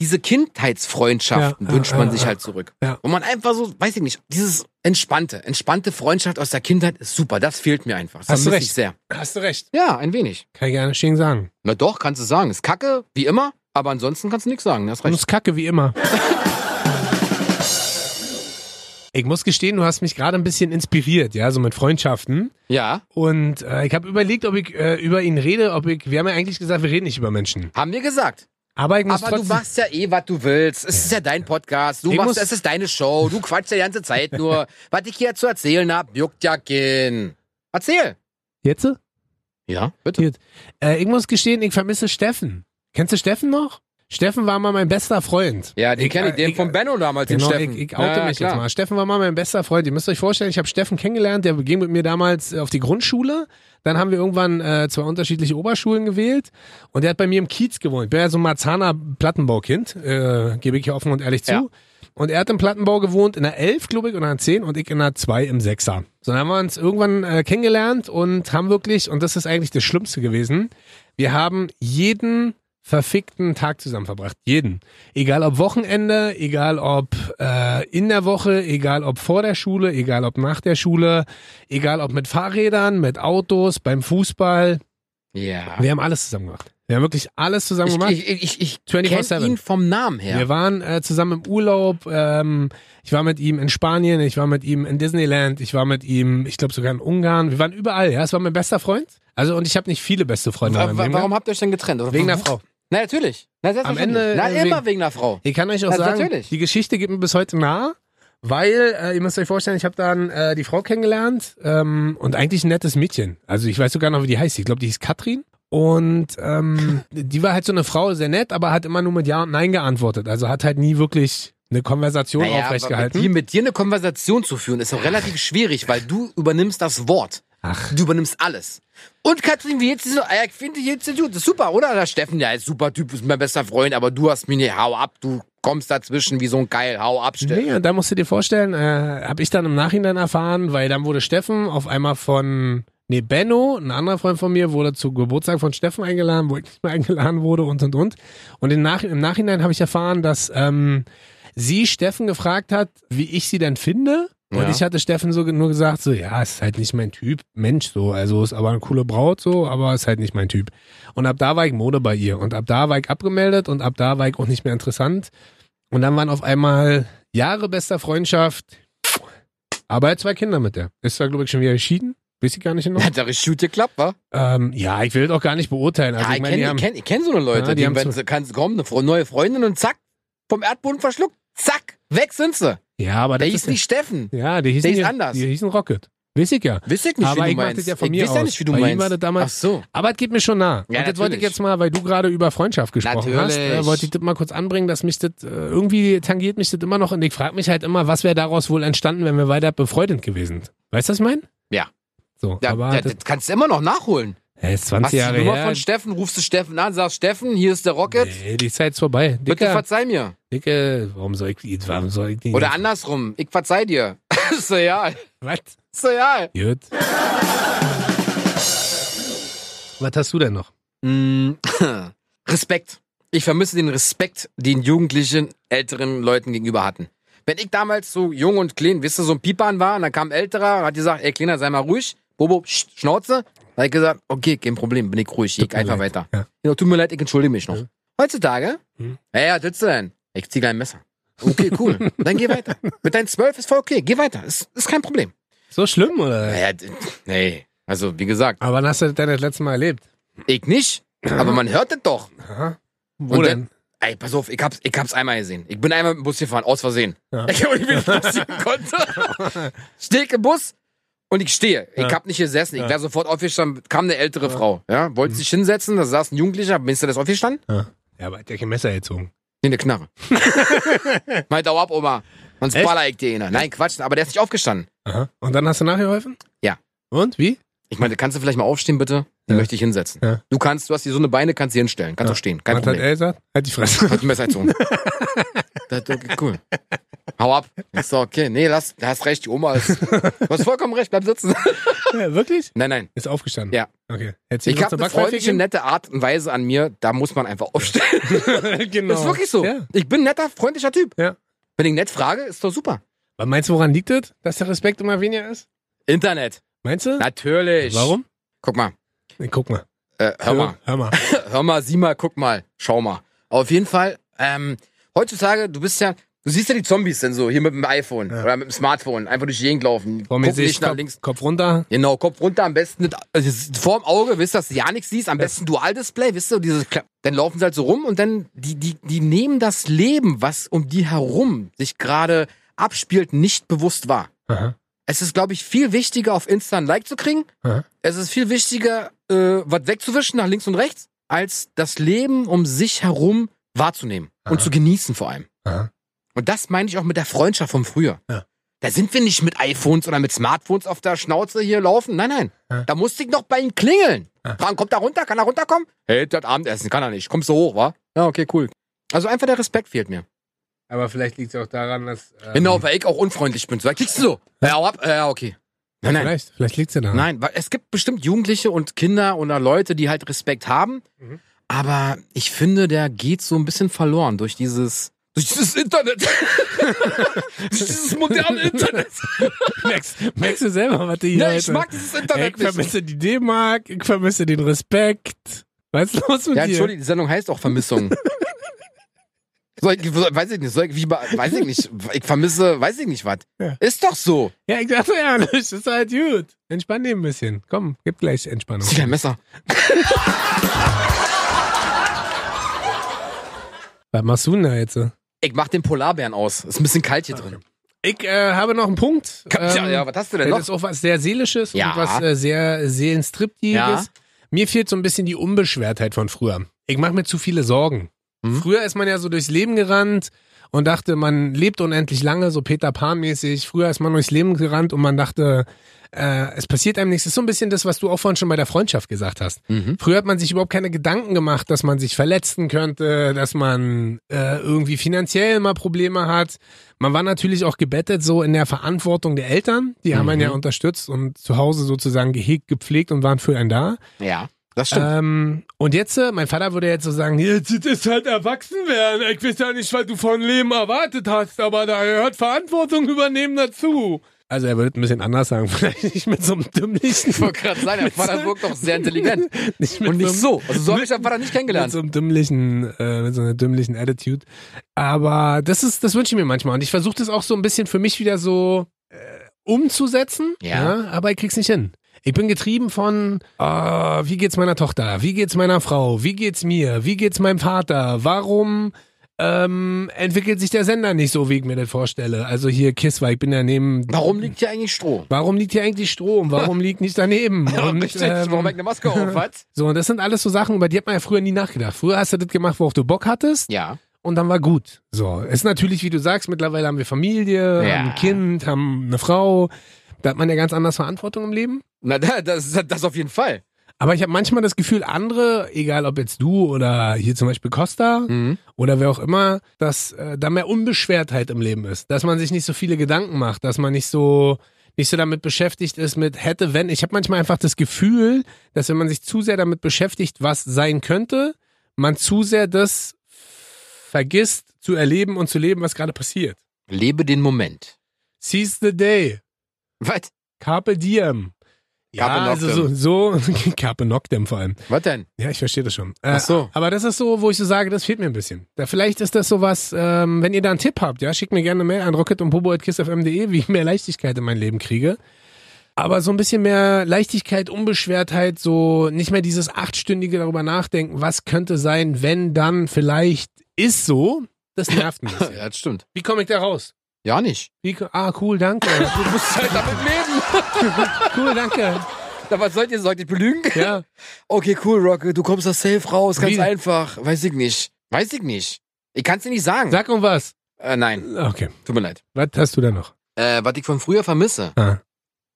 Speaker 2: diese Kindheitsfreundschaften
Speaker 1: Ja, ja,
Speaker 2: wünscht man
Speaker 1: ja,
Speaker 2: sich
Speaker 1: ja.
Speaker 2: halt zurück.
Speaker 1: Ja.
Speaker 2: Wo man einfach so, weiß ich nicht, dieses entspannte, entspannte Freundschaft aus der Kindheit ist super. Das fehlt mir einfach. Das
Speaker 1: Hast du
Speaker 2: vermisse
Speaker 1: recht.
Speaker 2: ich sehr.
Speaker 1: Hast du recht.
Speaker 2: Ja, ein wenig.
Speaker 1: Kann ich gerne stehen sagen.
Speaker 2: Na doch, kannst du sagen. Ist kacke, wie immer, aber ansonsten kannst du nichts sagen. ne? Das
Speaker 1: Und
Speaker 2: reicht.
Speaker 1: ist kacke wie immer. Ich muss gestehen, du hast mich gerade ein bisschen inspiriert, ja, so mit Freundschaften.
Speaker 2: Ja.
Speaker 1: Und äh, ich habe überlegt, ob ich äh, über ihn rede, ob ich. Wir haben ja eigentlich gesagt, wir reden nicht über Menschen.
Speaker 2: Haben wir gesagt.
Speaker 1: Aber ich muss
Speaker 2: Aber du
Speaker 1: trotzdem.
Speaker 2: machst ja eh, was du willst. Es ist ja dein Podcast. Du
Speaker 1: Ich muss-
Speaker 2: machst, es ist deine Show. Du quatschst ja die ganze Zeit nur. was ich hier zu erzählen hab, juckt ja keinen. Erzähl.
Speaker 1: Jetzt?
Speaker 2: Ja, bitte.
Speaker 1: Jetzt. Äh, ich muss gestehen, ich vermisse Steffen. Kennst du Steffen noch? Steffen war mal mein bester Freund.
Speaker 2: Ja, den kenne ich, den
Speaker 1: äh,
Speaker 2: von Benno damals, den
Speaker 1: Genau,
Speaker 2: Steffen.
Speaker 1: ich, ich oute
Speaker 2: Ja, ja,
Speaker 1: mich
Speaker 2: klar.
Speaker 1: jetzt mal. Steffen war mal mein bester Freund. Ihr müsst euch vorstellen, ich habe Steffen kennengelernt, der ging mit mir damals äh, auf die Grundschule. Dann haben wir irgendwann äh, zwei unterschiedliche Oberschulen gewählt und der hat bei mir im Kiez gewohnt. Ich bin ja so ein Marzahner Plattenbaukind, äh, gebe ich hier offen und ehrlich zu.
Speaker 2: Ja.
Speaker 1: Und er hat im Plattenbau gewohnt, in der 11, glaube ich, und in der 10 und ich in der 2 im 6er. So, dann haben wir uns irgendwann äh, kennengelernt und haben wirklich, und das ist eigentlich das Schlimmste gewesen, wir haben jeden verfickten Tag zusammen verbracht. Jeden. Egal ob Wochenende, egal ob äh, in der Woche, egal ob vor der Schule, egal ob nach der Schule, egal ob mit Fahrrädern, mit Autos, beim Fußball.
Speaker 2: Ja.
Speaker 1: Wir haben alles zusammen gemacht. Wir haben wirklich alles zusammen
Speaker 2: Ich,
Speaker 1: gemacht.
Speaker 2: ich, ich, ich, ich
Speaker 1: 24/7.
Speaker 2: kenne ihn vom Namen her.
Speaker 1: Wir waren äh, zusammen im Urlaub. Ähm, ich war mit ihm in Spanien, ich war mit ihm in Disneyland, ich war mit ihm, ich glaube sogar in Ungarn. Wir waren überall. Ja, es war mein bester Freund. Also und ich habe nicht viele beste Freunde.
Speaker 2: Wa-
Speaker 1: in meinem
Speaker 2: wa-
Speaker 1: Leben
Speaker 2: warum habt ihr euch denn getrennt? Oder
Speaker 1: Wegen der
Speaker 2: warum?
Speaker 1: Frau.
Speaker 2: Na, natürlich. Na, selbstverständlich.
Speaker 1: Ende,
Speaker 2: Na,
Speaker 1: äh,
Speaker 2: immer
Speaker 1: wegen-
Speaker 2: wegen, der Frau.
Speaker 1: Ich kann euch auch
Speaker 2: Genau. Ja,
Speaker 1: sagen,
Speaker 2: natürlich.
Speaker 1: die Geschichte geht mir bis heute nahe, weil äh, ihr müsst euch vorstellen, ich habe dann äh, die Frau kennengelernt ähm, und eigentlich ein nettes Mädchen. Also ich weiß sogar noch, wie die heißt. Ich glaube, die hieß Katrin. Und ähm, die war halt so eine Frau, sehr nett, aber hat immer nur mit Ja und Nein geantwortet. Also hat halt nie wirklich eine Konversation aufrecht
Speaker 2: aber mit dir,
Speaker 1: gehalten.
Speaker 2: mit dir eine Konversation zu führen, ist doch relativ schwierig, weil du übernimmst das Wort.
Speaker 1: Ach.
Speaker 2: Du übernimmst alles. Und Katrin, wie jetzt ist so, ich finde jetzt ist gut, das ist super, oder? Der Steffen, der ist super Typ, ist mein bester Freund, aber du hast mir nicht, hau ab, du kommst dazwischen wie so ein Geil, hau ab, Steffen.
Speaker 1: Nee, und da musst du dir vorstellen, äh, habe ich dann im Nachhinein erfahren, weil dann wurde Steffen auf einmal von, nee, Benno, ein anderer Freund von mir, wurde zu Geburtstag von Steffen eingeladen, wo ich nicht mehr eingeladen wurde und und und. Und im, Nach im Nachhinein habe ich erfahren, dass ähm, sie Steffen gefragt hat, wie ich sie denn finde. Und
Speaker 2: Ja.
Speaker 1: ich hatte Steffen so ge- nur gesagt, so, ja, ist halt nicht mein Typ, Mensch, so, also ist aber eine coole Braut, so, aber ist halt nicht mein Typ. Und ab da war ich Mode bei ihr und ab da war ich abgemeldet und ab da war ich auch nicht mehr interessant. Und dann waren auf einmal Jahre bester Freundschaft, aber er hat zwei Kinder mit der. Ist zwar, glaube ich, schon wieder geschieden, Weiß ich gar nicht genau.
Speaker 2: Hat der Shoot geklappt, wa?
Speaker 1: ähm, ja, ich will das auch gar nicht beurteilen. Also,
Speaker 2: ja,
Speaker 1: ich
Speaker 2: ich
Speaker 1: meine, die
Speaker 2: kenne
Speaker 1: haben,
Speaker 2: kenn, ich kenn so eine Leute,
Speaker 1: Ja, die
Speaker 2: die,
Speaker 1: haben
Speaker 2: wenn
Speaker 1: zu-
Speaker 2: sie kannst, kommen, eine Fre- neue Freundin und zack, vom Erdboden verschluckt, zack, weg sind sie.
Speaker 1: ja, aber
Speaker 2: Der
Speaker 1: das
Speaker 2: hieß
Speaker 1: ist,
Speaker 2: nicht Steffen.
Speaker 1: Ja, die hießen,
Speaker 2: Der hieß
Speaker 1: ja-
Speaker 2: anders.
Speaker 1: Die hießen Rocket. Weiß ich ja.
Speaker 2: Wiss ich nicht,
Speaker 1: Aber
Speaker 2: wie
Speaker 1: ich
Speaker 2: du
Speaker 1: mach
Speaker 2: meinst.
Speaker 1: das ja von
Speaker 2: ich
Speaker 1: mir
Speaker 2: weiß ja
Speaker 1: aus.
Speaker 2: nicht, wie du
Speaker 1: Bei ihm
Speaker 2: meinst.
Speaker 1: war das damals-
Speaker 2: Ach so.
Speaker 1: Aber es geht mir schon nah.
Speaker 2: Ja,
Speaker 1: und das wollte ich
Speaker 2: natürlich.
Speaker 1: jetzt mal, weil du gerade über Freundschaft gesprochen
Speaker 2: Natürlich.
Speaker 1: hast, äh, wollte ich das mal kurz anbringen, dass mich das äh, irgendwie tangiert mich das immer noch und ich frage mich halt immer, was wäre daraus wohl entstanden, wenn wir weiter befreundet gewesen. Weißt du, was ich meine?
Speaker 2: Ja.
Speaker 1: So,
Speaker 2: Ja,
Speaker 1: aber
Speaker 2: ja,
Speaker 1: das,
Speaker 2: das, kannst du immer noch nachholen.
Speaker 1: äh, ist
Speaker 2: Hast
Speaker 1: 20
Speaker 2: du die
Speaker 1: Jahre
Speaker 2: Nummer
Speaker 1: her.
Speaker 2: von Steffen, rufst du Steffen an, sagst Steffen, hier ist der Rocket.
Speaker 1: nee, die Zeit ist vorbei.
Speaker 2: Bitte
Speaker 1: Dicke,
Speaker 2: verzeih mir.
Speaker 1: Dicke, warum soll ich, warum soll ich die?
Speaker 2: Oder andersrum, ich verzeih dir. ist real.
Speaker 1: was?
Speaker 2: Ist real.
Speaker 1: Gut. Was hast du denn noch?
Speaker 2: Mm, Respekt. Ich vermisse den Respekt, den Jugendlichen älteren Leuten gegenüber hatten. Wenn ich damals so jung und klein, wisst ihr, so ein Pipan war, und dann kam ein älterer, hat gesagt, ey Kleiner, sei mal ruhig, Bobo, pst, Schnauze. Dann hab ich gesagt, okay, kein Problem, bin ich ruhig, ich
Speaker 1: Tut mir
Speaker 2: einfach
Speaker 1: leid.
Speaker 2: weiter.
Speaker 1: Ja.
Speaker 2: Ja, tut mir leid, ich entschuldige mich noch.
Speaker 1: Ja.
Speaker 2: Heutzutage,
Speaker 1: Hm.
Speaker 2: ja, ja, was willst du denn? Ich zieh gleich ein Messer. Okay, cool, dann geh weiter. Mit deinen zwölf ist voll okay, geh weiter, ist, ist kein Problem.
Speaker 1: So schlimm oder?
Speaker 2: Naja, d- nee, also wie gesagt,
Speaker 1: Aber wann hast du das denn das letzte Mal erlebt?
Speaker 2: ich nicht, aber man hört das doch.
Speaker 1: Aha. Wo
Speaker 2: Und
Speaker 1: denn?
Speaker 2: Ey, pass auf, ich hab's, ich hab's einmal gesehen. Ich bin einmal mit dem Bus gefahren, aus Versehen.
Speaker 1: Ja.
Speaker 2: Ich hab nicht mit dem Bus konnte. Stehe ich im Bus und ich stehe. Ich
Speaker 1: Ja.
Speaker 2: hab nicht gesessen. Ich
Speaker 1: Ja. Mhm.
Speaker 2: wär sofort aufgestanden, kam eine ältere Frau. Ja, wollte sich hinsetzen, da saß ein Jugendlicher, bist du das aufgestanden?
Speaker 1: Ja, aber hat ja kein Messer gezogen.
Speaker 2: Nee, eine Knarre. Meint, hau ab, Oma. Sonst
Speaker 1: Echt?
Speaker 2: baller ich dir eine. Nein, Quatsch, aber der ist nicht aufgestanden.
Speaker 1: Aha. Und dann hast du nachgeholfen?
Speaker 2: Ja.
Speaker 1: Und wie?
Speaker 2: Ich meinte, kannst du vielleicht mal aufstehen, bitte? Die
Speaker 1: Ja.
Speaker 2: möchte ich hinsetzen.
Speaker 1: Ja.
Speaker 2: Du kannst, du hast hier so eine Beine, kannst sie hinstellen, kannst
Speaker 1: Ja.
Speaker 2: auch stehen, kein
Speaker 1: Was hat
Speaker 2: Problem.
Speaker 1: er gesagt? Halt die Fresse.
Speaker 2: Hat ein Messer gezogen. das, das, cool. Hau ab. Ich so, okay, nee, lass, du hast recht, die Oma ist. Du hast vollkommen recht, bleib sitzen.
Speaker 1: ja, wirklich?
Speaker 2: Nein, nein.
Speaker 1: Ist aufgestanden.
Speaker 2: Ja.
Speaker 1: Okay. Hättest du
Speaker 2: Ich
Speaker 1: noch
Speaker 2: habe
Speaker 1: zur
Speaker 2: eine
Speaker 1: Backpfeife
Speaker 2: freundliche, nette Art und Weise an mir, da muss man einfach aufstehen.
Speaker 1: gegeben? genau.
Speaker 2: Das ist wirklich so.
Speaker 1: Ja.
Speaker 2: Ich bin ein netter, freundlicher Typ.
Speaker 1: Ja.
Speaker 2: Wenn ich nett frage, ist doch super.
Speaker 1: Aber meinst du, woran liegt das? Dass der Respekt immer weniger ist?
Speaker 2: Internet.
Speaker 1: Meinst du?
Speaker 2: Natürlich.
Speaker 1: Warum?
Speaker 2: Guck mal.
Speaker 1: Nee, guck mal.
Speaker 2: Äh, hör mal.
Speaker 1: Hör mal.
Speaker 2: Hör mal, sieh mal, guck mal, schau mal. Auf jeden Fall, ähm, heutzutage, du bist ja, du siehst ja die Zombies denn so, hier mit dem iPhone
Speaker 1: Ja.
Speaker 2: oder mit dem Smartphone, einfach durch die Gegend laufen.
Speaker 1: Vor mir
Speaker 2: gucken
Speaker 1: sehe ich
Speaker 2: nicht nach
Speaker 1: Kopf,
Speaker 2: links.
Speaker 1: Kopf runter.
Speaker 2: Genau, Kopf runter, am besten nicht, also es- vorm Auge, wisst ihr, dass du ja nichts siehst, am besten Dual-Display, wisst ihr, dieses Kla- dann laufen sie halt so rum und dann, die, die, die nehmen das Leben, was um die herum sich gerade abspielt, nicht bewusst wahr.
Speaker 1: Aha.
Speaker 2: Es ist, glaube ich, viel wichtiger, auf Insta ein Like zu kriegen.
Speaker 1: Aha.
Speaker 2: Es ist viel wichtiger, äh, was wegzuwischen nach links und rechts, als das Leben um sich herum wahrzunehmen und
Speaker 1: Aha.
Speaker 2: zu genießen vor allem.
Speaker 1: Aha.
Speaker 2: Und das meine ich auch mit der Freundschaft von früher.
Speaker 1: Ja.
Speaker 2: Da sind wir nicht mit iPhones oder mit Smartphones auf der Schnauze hier laufen. Nein, nein.
Speaker 1: Ja.
Speaker 2: Da musste ich noch bei ihm klingeln.
Speaker 1: Ja.
Speaker 2: Fragen, kommt er runter? Kann er runterkommen? Hey, das Abendessen kann er nicht. Kommst du hoch, wa? Ja, okay, cool. Also einfach der Respekt fehlt mir.
Speaker 1: Aber vielleicht liegt es auch daran, dass. ähm,
Speaker 2: Genau, weil ich auch unfreundlich bin. So, was kriegst du so? Ja, hau ab. Ja, okay. Nein, nein.
Speaker 1: Vielleicht, vielleicht liegt es ja daran.
Speaker 2: Nein, weil es gibt bestimmt Jugendliche und Kinder oder Leute, die halt Respekt haben.
Speaker 1: Mhm.
Speaker 2: Aber ich finde, der geht so ein bisschen verloren durch dieses, durch dieses Internet. durch dieses moderne Internet.
Speaker 1: Merkst, merkst du selber, was du hier
Speaker 2: Ja,
Speaker 1: heute...
Speaker 2: ich mag dieses
Speaker 1: Ey,
Speaker 2: Internet
Speaker 1: ich
Speaker 2: nicht.
Speaker 1: vermisse die D-Mark, ich vermisse den Respekt. Was ist los mit
Speaker 2: Ja,
Speaker 1: dir?
Speaker 2: entschuldige, die Sendung heißt auch Vermissung. soll ich, soll, weiß ich nicht, soll ich, wie, bei- weiß ich nicht, ich vermisse, weiß ich nicht was.
Speaker 1: Ja.
Speaker 2: Ist doch so.
Speaker 1: Ja, ich dachte ja nicht, ist halt gut. Entspann dich ein bisschen. Komm, gib gleich Entspannung.
Speaker 2: Zieh dein Messer.
Speaker 1: Was machst du denn da jetzt?
Speaker 2: Ich mach den Polarbären aus. Ist ein bisschen kalt hier drin.
Speaker 1: Ich äh, habe noch einen Punkt.
Speaker 2: ja,
Speaker 1: Ähm,
Speaker 2: ja, was hast du denn
Speaker 1: Das
Speaker 2: noch?
Speaker 1: ist auch was sehr Seelisches
Speaker 2: Ja.
Speaker 1: und was äh, sehr Seelenstriptiges.
Speaker 2: Ja.
Speaker 1: Mir fehlt so ein bisschen die Unbeschwertheit von früher. Ich mache mir zu viele Sorgen.
Speaker 2: Hm?
Speaker 1: Früher ist man ja so durchs Leben gerannt und dachte, man lebt unendlich lange, so Peter Pan-mäßig. Früher ist man durchs Leben gerannt und man dachte, äh, es passiert einem nichts. Das ist so ein bisschen das, was du auch vorhin schon bei der Freundschaft gesagt hast.
Speaker 2: Mhm.
Speaker 1: Früher hat man sich überhaupt keine Gedanken gemacht, dass man sich verletzen könnte, dass man äh, irgendwie finanziell mal Probleme hat. Man war natürlich auch gebettet so in der Verantwortung der Eltern. Die haben
Speaker 2: Mhm.
Speaker 1: einen ja unterstützt und zu Hause sozusagen gehegt, gepflegt und waren für einen da.
Speaker 2: Ja, das stimmt.
Speaker 1: Ähm, und jetzt, äh, mein Vater würde jetzt so sagen, jetzt ist halt erwachsen werden. Ich weiß ja nicht, was du von Leben erwartet hast, aber da gehört Verantwortung übernehmen dazu. Also er würde es ein bisschen anders sagen, vielleicht nicht mit so einem dümmlichen.
Speaker 2: Ich wollte gerade sagen, der Vater wirkt doch sehr intelligent.
Speaker 1: Nicht mit
Speaker 2: Und nicht
Speaker 1: einem-
Speaker 2: so. Also so habe ich deinen Vater nicht
Speaker 1: Mit
Speaker 2: kennengelernt.
Speaker 1: so einem dümmlichen, äh, mit so einer dümmlichen Attitude. Aber das ist, das wünsche ich mir manchmal. Und ich versuche das auch so ein bisschen für mich wieder so äh, umzusetzen.
Speaker 2: Ja.
Speaker 1: aber ich krieg's nicht hin. Ich bin getrieben von, ah, wie geht's meiner Tochter? Wie geht's meiner Frau? Wie geht's mir? Wie geht's meinem Vater? Warum ähm, entwickelt sich der Sender nicht so, wie ich mir das vorstelle? Also hier Kiss, weil ich bin daneben.
Speaker 2: Warum liegt hier eigentlich Stroh?
Speaker 1: Warum liegt hier eigentlich Strom? Warum liegt nicht daneben? Und,
Speaker 2: Richtig,
Speaker 1: ähm,
Speaker 2: warum hängt eine Maske auf, was?
Speaker 1: so, und das sind alles so Sachen, über die hat man ja früher nie nachgedacht. Früher hast du das gemacht, worauf du Bock hattest
Speaker 2: Ja.
Speaker 1: und dann war gut. So, ist natürlich, wie du sagst, mittlerweile haben wir Familie,
Speaker 2: Ja.
Speaker 1: haben ein Kind, haben eine Frau. Da hat man ja ganz anders Verantwortung im Leben.
Speaker 2: Na, da- das, das, das auf jeden Fall.
Speaker 1: Aber ich habe manchmal das Gefühl, andere, egal ob jetzt du oder hier zum Beispiel Costa
Speaker 2: Mhm.
Speaker 1: oder wer auch immer, dass äh, da mehr Unbeschwertheit im Leben ist. Dass man sich nicht so viele Gedanken macht, dass man nicht so nicht so damit beschäftigt ist mit hätte, wenn. Ich habe manchmal einfach das Gefühl, dass wenn man sich zu sehr damit beschäftigt, was sein könnte, man zu sehr das vergisst zu erleben und zu leben, was gerade passiert.
Speaker 2: Lebe den Moment.
Speaker 1: Seize the day.
Speaker 2: Was?
Speaker 1: Carpe diem. Ja,
Speaker 2: Carpe
Speaker 1: also
Speaker 2: noctem.
Speaker 1: so, so Carpe noctem vor allem.
Speaker 2: Was denn?
Speaker 1: Ja, ich verstehe das schon. Äh,
Speaker 2: Ach so.
Speaker 1: Aber das ist so, wo ich so sage, das fehlt mir ein bisschen. Da vielleicht ist das sowas, ähm, wenn ihr da einen Tipp habt, ja, schickt mir gerne eine Mail an rocket und bobo.kissfm.de, wie ich mehr Leichtigkeit in mein Leben kriege. Aber so ein bisschen mehr Leichtigkeit, Unbeschwertheit, so nicht mehr dieses achtstündige darüber nachdenken, was könnte sein, wenn dann vielleicht ist so, das nervt mich.
Speaker 2: Ja, das stimmt.
Speaker 1: Wie komme ich da raus?
Speaker 2: Ja, nicht.
Speaker 1: Wie, ko- ah, cool, danke.
Speaker 2: Du musst halt damit leben.
Speaker 1: Cool, danke.
Speaker 2: Na, was sollt ihr? Sollt ihr belügen?
Speaker 1: Ja.
Speaker 2: Okay, cool, Rocket. Du kommst da safe raus. Ganz
Speaker 1: Wie?
Speaker 2: einfach. Weiß ich nicht. Weiß ich nicht. Ich kann es dir nicht sagen.
Speaker 1: Sag um was.
Speaker 2: Äh, nein,
Speaker 1: Okay.
Speaker 2: tut mir leid.
Speaker 1: Was hast du da noch?
Speaker 2: Äh, was ich von früher vermisse,
Speaker 1: Ah.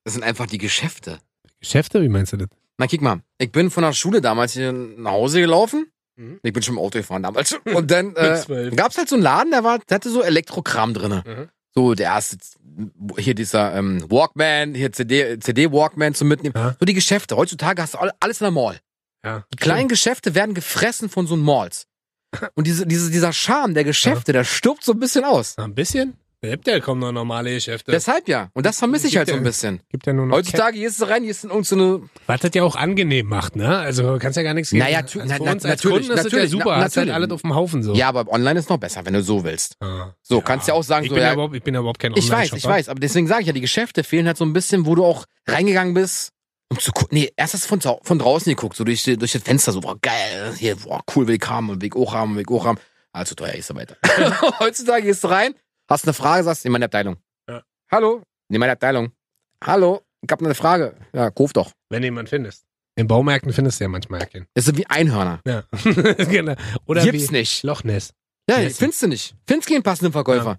Speaker 2: das sind einfach die Geschäfte.
Speaker 1: Geschäfte, wie meinst du das?
Speaker 2: Na, kick mal. Ich bin von der Schule damals hier nach Hause gelaufen.
Speaker 1: Mhm.
Speaker 2: Ich bin schon im Auto gefahren damals. Und dann äh,
Speaker 1: zwölf.
Speaker 2: gab's halt so einen Laden, der, war, der hatte so Elektrokram drinne.
Speaker 1: Mhm.
Speaker 2: So der erste, hier dieser ähm, Walkman, hier CD, CD Walkman zum Mitnehmen.
Speaker 1: Ja.
Speaker 2: So die Geschäfte. Heutzutage hast du all- alles in der Mall.
Speaker 1: Ja.
Speaker 2: Die kleinen Geschäfte werden gefressen von so einem Malls. Und diese, diese, dieser Charme der Geschäfte, der stirbt so ein bisschen aus.
Speaker 1: Na, ein bisschen. Da gibt ja kaum noch normale Geschäfte.
Speaker 2: Deshalb ja. Und das vermisse ich halt so ein bisschen.
Speaker 1: gibt ja nur noch
Speaker 2: Heutzutage gehst du rein, hier ist in irgendeine.
Speaker 1: Ketten. Was das ja auch angenehm macht, ne? Also kannst ja gar nichts geben.
Speaker 2: Naja, tu-
Speaker 1: also,
Speaker 2: na-
Speaker 1: für
Speaker 2: na-
Speaker 1: uns als
Speaker 2: natürlich,
Speaker 1: Kunden ist das ja
Speaker 2: natürlich,
Speaker 1: super.
Speaker 2: na-
Speaker 1: Hast halt
Speaker 2: natürlich.
Speaker 1: alles auf dem Haufen so.
Speaker 2: Ja, aber online ist noch besser, wenn du so willst.
Speaker 1: Ah.
Speaker 2: So, kannst ja auch sagen,
Speaker 1: ich
Speaker 2: so,
Speaker 1: bin
Speaker 2: ja-
Speaker 1: ja überhaupt, ich bin ja überhaupt kein
Speaker 2: Ich weiß, ich weiß, aber deswegen sage ich ja, die Geschäfte fehlen halt so ein bisschen, wo du auch reingegangen bist, um zu gucken. Nee, erst hast du von, zau- von draußen geguckt, so durch, die- durch das Fenster, so, boah, geil, hier, boah, cool, will ich haben und will ich auch haben und will ich auch haben. Also teuer ist er weiter. Heutzutage gehst du rein, hast eine Frage, sagst, nimm meine Abteilung.
Speaker 1: Ja.
Speaker 2: Hallo? Nimm meine Abteilung. Hallo? Ich hab noch eine Frage. Ja, kauf doch.
Speaker 1: Wenn jemand findest. In Baumärkten findest du ja manchmal erkennen.
Speaker 2: Das sind wie Einhörner.
Speaker 1: Ja. genau. Oder
Speaker 2: Gibt's
Speaker 1: wie
Speaker 2: nicht.
Speaker 1: Loch Ness.
Speaker 2: Ja,
Speaker 1: Yes.
Speaker 2: findest du nicht. Findest keinen passenden Verkäufer.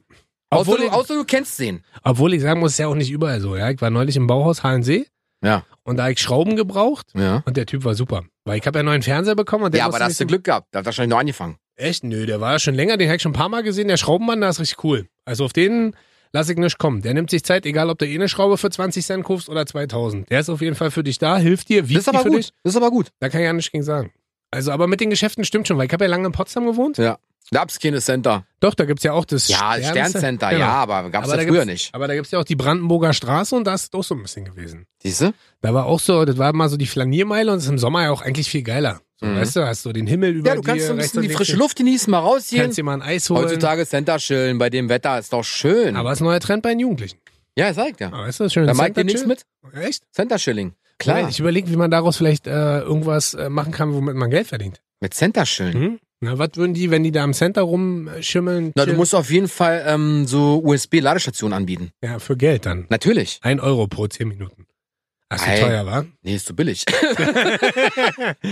Speaker 2: Außer,
Speaker 1: Obwohl,
Speaker 2: du,
Speaker 1: ich,
Speaker 2: außer du kennst den.
Speaker 1: obwohl ich sagen muss, ist ja auch nicht überall so. Ja? Ich war neulich im Bauhaus Hallensee.
Speaker 2: Ja.
Speaker 1: Und da hab ich Schrauben gebraucht.
Speaker 2: Ja.
Speaker 1: Und der Typ war super. Weil ich habe ja einen neuen Fernseher bekommen. Und der
Speaker 2: Ja, aber
Speaker 1: musste
Speaker 2: da
Speaker 1: mich
Speaker 2: hast du
Speaker 1: so-
Speaker 2: Glück gehabt. Da hat wahrscheinlich noch angefangen.
Speaker 1: Echt? Nö, der war schon länger, den hab ich schon ein paar Mal gesehen. Der Schraubenmann, der ist richtig cool. Also auf den lass ich nicht kommen. Der nimmt sich Zeit, egal ob du eh eine Schraube für 20 Cent kaufst oder 2000. Der ist auf jeden Fall für dich da, hilft dir, wiegt
Speaker 2: Das ist
Speaker 1: dich
Speaker 2: aber
Speaker 1: für
Speaker 2: gut.
Speaker 1: dich.
Speaker 2: Das ist aber gut.
Speaker 1: Da kann ich ja nichts gegen sagen. Also, aber mit den Geschäften stimmt schon, weil ich habe ja lange in Potsdam gewohnt.
Speaker 2: Gab's keine Center.
Speaker 1: Doch, da gibt's ja auch das
Speaker 2: Ja,
Speaker 1: Stern-
Speaker 2: Sterncenter,
Speaker 1: Genau.
Speaker 2: ja, aber gab's
Speaker 1: Aber
Speaker 2: das
Speaker 1: da
Speaker 2: früher
Speaker 1: gibt's-
Speaker 2: nicht.
Speaker 1: Aber da gibt's ja auch die Brandenburger Straße und da ist es auch so ein bisschen gewesen.
Speaker 2: Siehste?
Speaker 1: Da war auch so, das war mal so die Flaniermeile und ist im Sommer ja auch eigentlich viel geiler. So,
Speaker 2: Mhm.
Speaker 1: Weißt du, hast so den Himmel über
Speaker 2: Ja, du kannst
Speaker 1: dir,
Speaker 2: so ein
Speaker 1: rechts
Speaker 2: bisschen
Speaker 1: und
Speaker 2: die
Speaker 1: links
Speaker 2: frische Luft genießen, mal rausgehen.
Speaker 1: Kannst dir mal ein Eis holen.
Speaker 2: Heutzutage Center chillen bei dem Wetter, ist doch schön.
Speaker 1: Aber es ist ein neuer Trend bei den Jugendlichen.
Speaker 2: ja, sag ja.
Speaker 1: Ah, weißt du, das ist schön.
Speaker 2: Da
Speaker 1: Das
Speaker 2: meint
Speaker 1: Center
Speaker 2: ihr nichts mit?
Speaker 1: Chill. Echt?
Speaker 2: Center Chilling.
Speaker 1: Klar.
Speaker 2: Klar.
Speaker 1: Ich überlege, wie man daraus vielleicht äh, irgendwas äh, machen kann, womit man Geld verdient.
Speaker 2: Mit Center chillen.
Speaker 1: Hm? Na, was würden die, wenn die da am Center rumschimmeln?
Speaker 2: Mhm. Na, du
Speaker 1: chillen?
Speaker 2: musst auf jeden Fall ähm, so USB-Ladestationen anbieten.
Speaker 1: Ja, für Geld dann.
Speaker 2: Natürlich.
Speaker 1: Ein Euro pro zehn Minuten. Ach, so
Speaker 2: Ei.
Speaker 1: teuer, war?
Speaker 2: Nee, ist zu billig.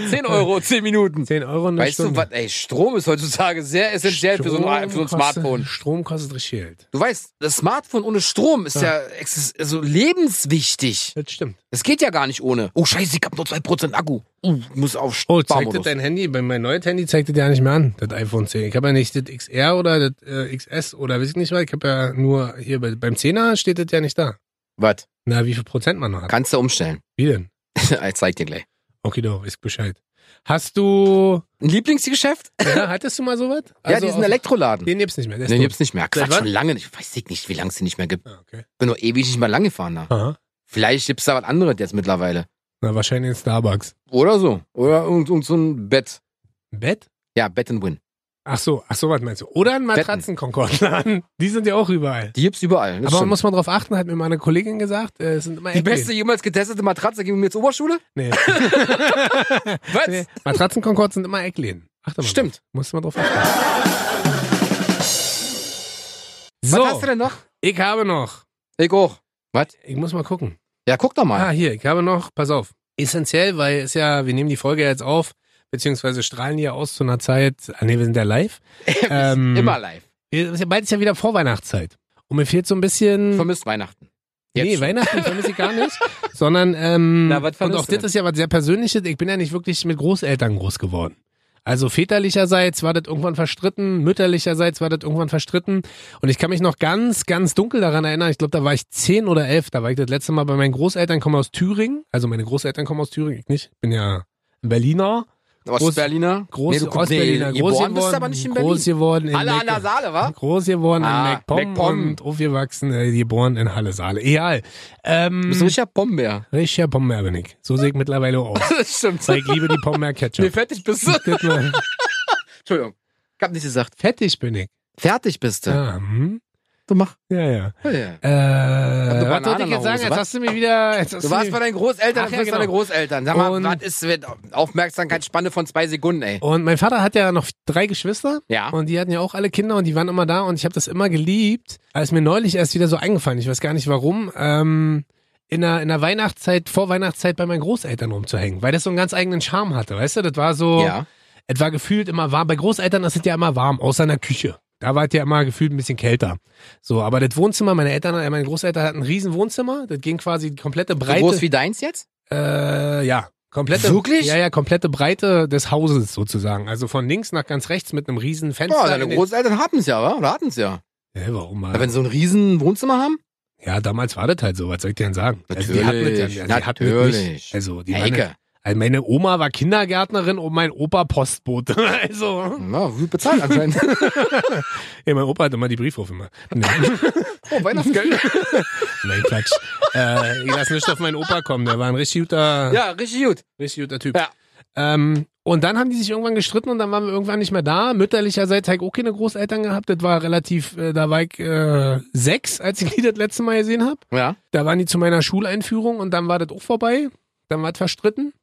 Speaker 2: 10 Euro, 10 Minuten.
Speaker 1: Zehn Euro eine
Speaker 2: Weißt du,
Speaker 1: Stunde.
Speaker 2: was, ey, Strom ist heutzutage sehr essentiell für so, ein, für so ein
Speaker 1: Strom kostet-
Speaker 2: Smartphone.
Speaker 1: Strom kostet richtig Geld.
Speaker 2: Du weißt, das Smartphone ohne Strom ist ja,
Speaker 1: Ja.
Speaker 2: ja exis- also lebenswichtig.
Speaker 1: Das stimmt.
Speaker 2: Es geht ja gar nicht ohne. Oh, scheiße, ich hab nur 2% Akku. Uh, muss auf
Speaker 1: Oh, zeigt das
Speaker 2: Sparmodus.
Speaker 1: dein Handy? Bei meinem neuen Handy zeigt das ja nicht mehr an, das iPhone 10. Ich habe ja nicht das XR oder das äh, XS oder weiß ich nicht was. Ich habe ja nur hier bei, beim 10er steht das ja nicht da.
Speaker 2: Was?
Speaker 1: Na, wie viel Prozent man noch hat.
Speaker 2: Kannst du umstellen.
Speaker 1: Wie denn?
Speaker 2: ich zeig dir gleich.
Speaker 1: Okay, doch, ist Bescheid. Hast du.
Speaker 2: Ein Lieblingsgeschäft?
Speaker 1: Ja, hattest du mal sowas? Also
Speaker 2: ja, diesen
Speaker 1: aus-
Speaker 2: Elektroladen.
Speaker 1: Den gibt's nicht mehr. Der ist
Speaker 2: Den
Speaker 1: tot.
Speaker 2: gibt's nicht mehr.
Speaker 1: Seit
Speaker 2: Quatsch,
Speaker 1: wann?
Speaker 2: schon lange nicht. Weiß ich nicht, wie lange es den nicht mehr gibt.
Speaker 1: Ah, okay.
Speaker 2: Bin nur ewig nicht mal lang gefahren. Da.
Speaker 1: Aha.
Speaker 2: Vielleicht gibt's da was anderes jetzt mittlerweile.
Speaker 1: Na, wahrscheinlich in Starbucks.
Speaker 2: Oder so. Oder irgend, irgend so ein Bett.
Speaker 1: Bett?
Speaker 2: Ja, Bett and Win.
Speaker 1: Ach so, ach so, was meinst du? Oder ein Matratzenkonkordladen. Die sind ja auch überall.
Speaker 2: Die gibt's überall. Das
Speaker 1: Aber
Speaker 2: stimmt.
Speaker 1: muss man drauf achten, hat mir meine Kollegin gesagt. Äh, es sind immer
Speaker 2: die
Speaker 1: Eckläden.
Speaker 2: beste jemals getestete Matratze ging mir zur Oberschule?
Speaker 1: Nee.
Speaker 2: Was?
Speaker 1: nee. Matratzenkonkord sind immer Eckläden. Achte mal.
Speaker 2: Stimmt.
Speaker 1: drauf. Muss man drauf achten. So,
Speaker 2: Was hast du denn noch?
Speaker 1: ich habe noch.
Speaker 2: Ich auch.
Speaker 1: Ich muss mal gucken.
Speaker 2: Ja, guck doch
Speaker 1: Ah,
Speaker 2: mal.
Speaker 1: hier, ich habe noch, pass auf. Essentiell, weil es ja, wir nehmen die Folge jetzt auf, beziehungsweise strahlen die ja aus zu einer Zeit. Ah, nee, wir sind ja live. ähm,
Speaker 2: Immer live.
Speaker 1: Wir- ist ja- Bald ist ja wieder Vorweihnachtszeit. Und mir fehlt so ein bisschen.
Speaker 2: Vermisst Weihnachten. Jetzt
Speaker 1: hm. Nee,
Speaker 2: schon.
Speaker 1: Weihnachten vermisse ich gar nicht. sondern, ähm,
Speaker 2: Na, was
Speaker 1: und
Speaker 2: vermisst
Speaker 1: auch
Speaker 2: du
Speaker 1: das
Speaker 2: denn?
Speaker 1: ist ja was sehr Persönliches. Ich bin ja nicht wirklich mit Großeltern groß geworden. Also väterlicherseits war das irgendwann verstritten, mütterlicherseits war das irgendwann verstritten. Und ich kann mich noch ganz, ganz dunkel daran erinnern. Ich glaube, da war ich zehn oder elf. Da war ich das letzte Mal bei meinen Großeltern, komme aus Thüringen. Also meine Großeltern kommen aus Thüringen, ich nicht. Bin ja ein Berliner.
Speaker 2: Ostberliner.
Speaker 1: Groß,
Speaker 2: Nee, du-
Speaker 1: Ostberliner,
Speaker 2: nee,
Speaker 1: groß
Speaker 2: geboren
Speaker 1: geworden,
Speaker 2: bist du aber nicht in
Speaker 1: groß
Speaker 2: Berlin.
Speaker 1: geworden in
Speaker 2: Alle an
Speaker 1: Mecke.
Speaker 2: der Saale, wa?
Speaker 1: Groß geworden
Speaker 2: Ah,
Speaker 1: in MacPom,
Speaker 2: MacPom.
Speaker 1: und aufgewachsen, äh, geboren in Halle Saale. Egal. Ähm,
Speaker 2: Du bist ein richtiger Bomber.
Speaker 1: richtiger Pombeer bin ich. So sehe ich mittlerweile aus.
Speaker 2: Das stimmt.
Speaker 1: Weil ich liebe die Pombeer
Speaker 2: Nee,
Speaker 1: Ketchup.
Speaker 2: fertig bist du.
Speaker 1: Das mal-
Speaker 2: Entschuldigung. Ich hab nichts gesagt.
Speaker 1: Fettig bin ich.
Speaker 2: Fertig bist du.
Speaker 1: Ja, hm?
Speaker 2: Du mach.
Speaker 1: ja. ja.
Speaker 2: Ja, ja.
Speaker 1: Äh,
Speaker 2: eine
Speaker 1: was
Speaker 2: Banane
Speaker 1: wollte ich
Speaker 2: in der
Speaker 1: jetzt sagen?
Speaker 2: Hose,
Speaker 1: Jetzt
Speaker 2: was?
Speaker 1: hast du mir wieder... Jetzt hast
Speaker 2: Du warst
Speaker 1: mir,
Speaker 2: bei deinen Großeltern,
Speaker 1: Ach
Speaker 2: Ach,
Speaker 1: ja,
Speaker 2: bist
Speaker 1: genau.
Speaker 2: deine Großeltern. Sag mal,
Speaker 1: Und-
Speaker 2: was ist mit Aufmerksamkeitsspanne von zwei Sekunden, ey?
Speaker 1: und mein Vater hat ja noch drei Geschwister.
Speaker 2: Ja.
Speaker 1: Und die hatten ja auch alle Kinder und die waren immer da und ich habe das immer geliebt. Aber ist mir neulich erst wieder so eingefallen, ich weiß gar nicht warum, ähm, in der, in der Weihnachtszeit, vor Weihnachtszeit bei meinen Großeltern rumzuhängen, weil das so einen ganz eigenen Charme hatte, weißt du? Das war so,
Speaker 2: Ja.
Speaker 1: es war gefühlt immer warm. Bei Großeltern ist es ja immer warm, außer in der Küche. Da war es ja immer gefühlt ein bisschen kälter. So, aber das Wohnzimmer, meine Eltern, äh, meine Großeltern hatten ein riesen Wohnzimmer. Das ging quasi die komplette
Speaker 2: So
Speaker 1: Breite.
Speaker 2: groß wie deins jetzt?
Speaker 1: Äh, ja. Komplette,
Speaker 2: Wirklich?
Speaker 1: Ja, ja, komplette Breite des Hauses sozusagen. Also von links nach ganz rechts mit einem riesen Fenster.
Speaker 2: Ja,
Speaker 1: in
Speaker 2: deine
Speaker 1: den-
Speaker 2: Großeltern haben's ja, wa? Oder hatten's ja.
Speaker 1: Hä, warum mal?
Speaker 2: Aber wenn sie so ein riesen Wohnzimmer haben?
Speaker 1: Ja, damals war das halt so, was soll ich dir denn sagen?
Speaker 2: Natürlich,
Speaker 1: Also die hatten das ja, die hatten das nicht.
Speaker 2: natürlich.
Speaker 1: Also die waren,
Speaker 2: Ecke.
Speaker 1: also meine Oma war Kindergärtnerin und mein Opa Postbote. Also,
Speaker 2: Na, gut bezahlt anscheinend.
Speaker 1: ja, mein Opa hat immer die Briefwurf immer. Nee,
Speaker 2: oh, Weihnachtsgeld.
Speaker 1: nein, Quatsch. äh, ich lass nicht auf meinen Opa kommen, der war ein richtig guter,
Speaker 2: ja, richtig gut.
Speaker 1: richtig guter Typ.
Speaker 2: Ja.
Speaker 1: Ähm, und dann haben die sich irgendwann gestritten und dann waren wir irgendwann nicht mehr da. Mütterlicherseits habe ich auch keine Großeltern gehabt. Das war relativ, äh, da war ich äh, sechs, als ich die das letzte Mal gesehen habe.
Speaker 2: Ja.
Speaker 1: Da waren die zu meiner Schuleinführung und dann war das auch vorbei. Dann war es verstritten.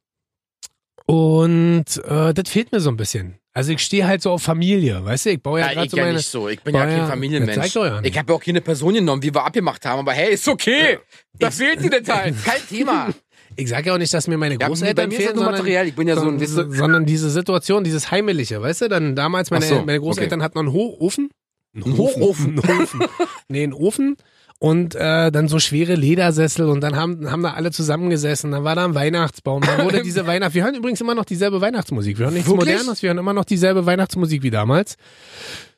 Speaker 1: Und äh, das fehlt mir so ein bisschen. Also ich stehe halt so auf Familie, weißt du? Ich baue ja,
Speaker 2: Ja,
Speaker 1: gerade
Speaker 2: ich
Speaker 1: so
Speaker 2: ja
Speaker 1: meine.
Speaker 2: nicht so. Ich bin ja
Speaker 1: War ja-
Speaker 2: kein
Speaker 1: Das zeigt
Speaker 2: Familienmensch.
Speaker 1: doch ja nicht.
Speaker 2: Ich habe ja auch keine Person genommen, wie wir abgemacht haben, aber hey, ist okay. Da fehlt dir der Teil. Kein Thema.
Speaker 1: Ich sage ja auch nicht, dass mir meine
Speaker 2: Ja, bei
Speaker 1: Großeltern
Speaker 2: mir ist das
Speaker 1: fehlen,
Speaker 2: nur
Speaker 1: sondern,
Speaker 2: materiell. Ich bin ja so ein, weißt
Speaker 1: sondern,
Speaker 2: du,
Speaker 1: sondern diese Situation, dieses Heimelige, weißt du? Dann damals meine,
Speaker 2: Ach so,
Speaker 1: meine Großeltern hatten noch einen Ho Ofen.
Speaker 2: Ein Hochofen.
Speaker 1: Einen Ofen. nee, einen Ofen. Und äh, dann so schwere Ledersessel und dann haben, haben da alle zusammengesessen. Dann war da ein Weihnachtsbaum. Dann wurde diese Weihnacht. Wir hören übrigens immer noch dieselbe Weihnachtsmusik. Wir hören nichts
Speaker 2: Wirklich?
Speaker 1: Modernes, wir hören immer noch dieselbe Weihnachtsmusik wie damals.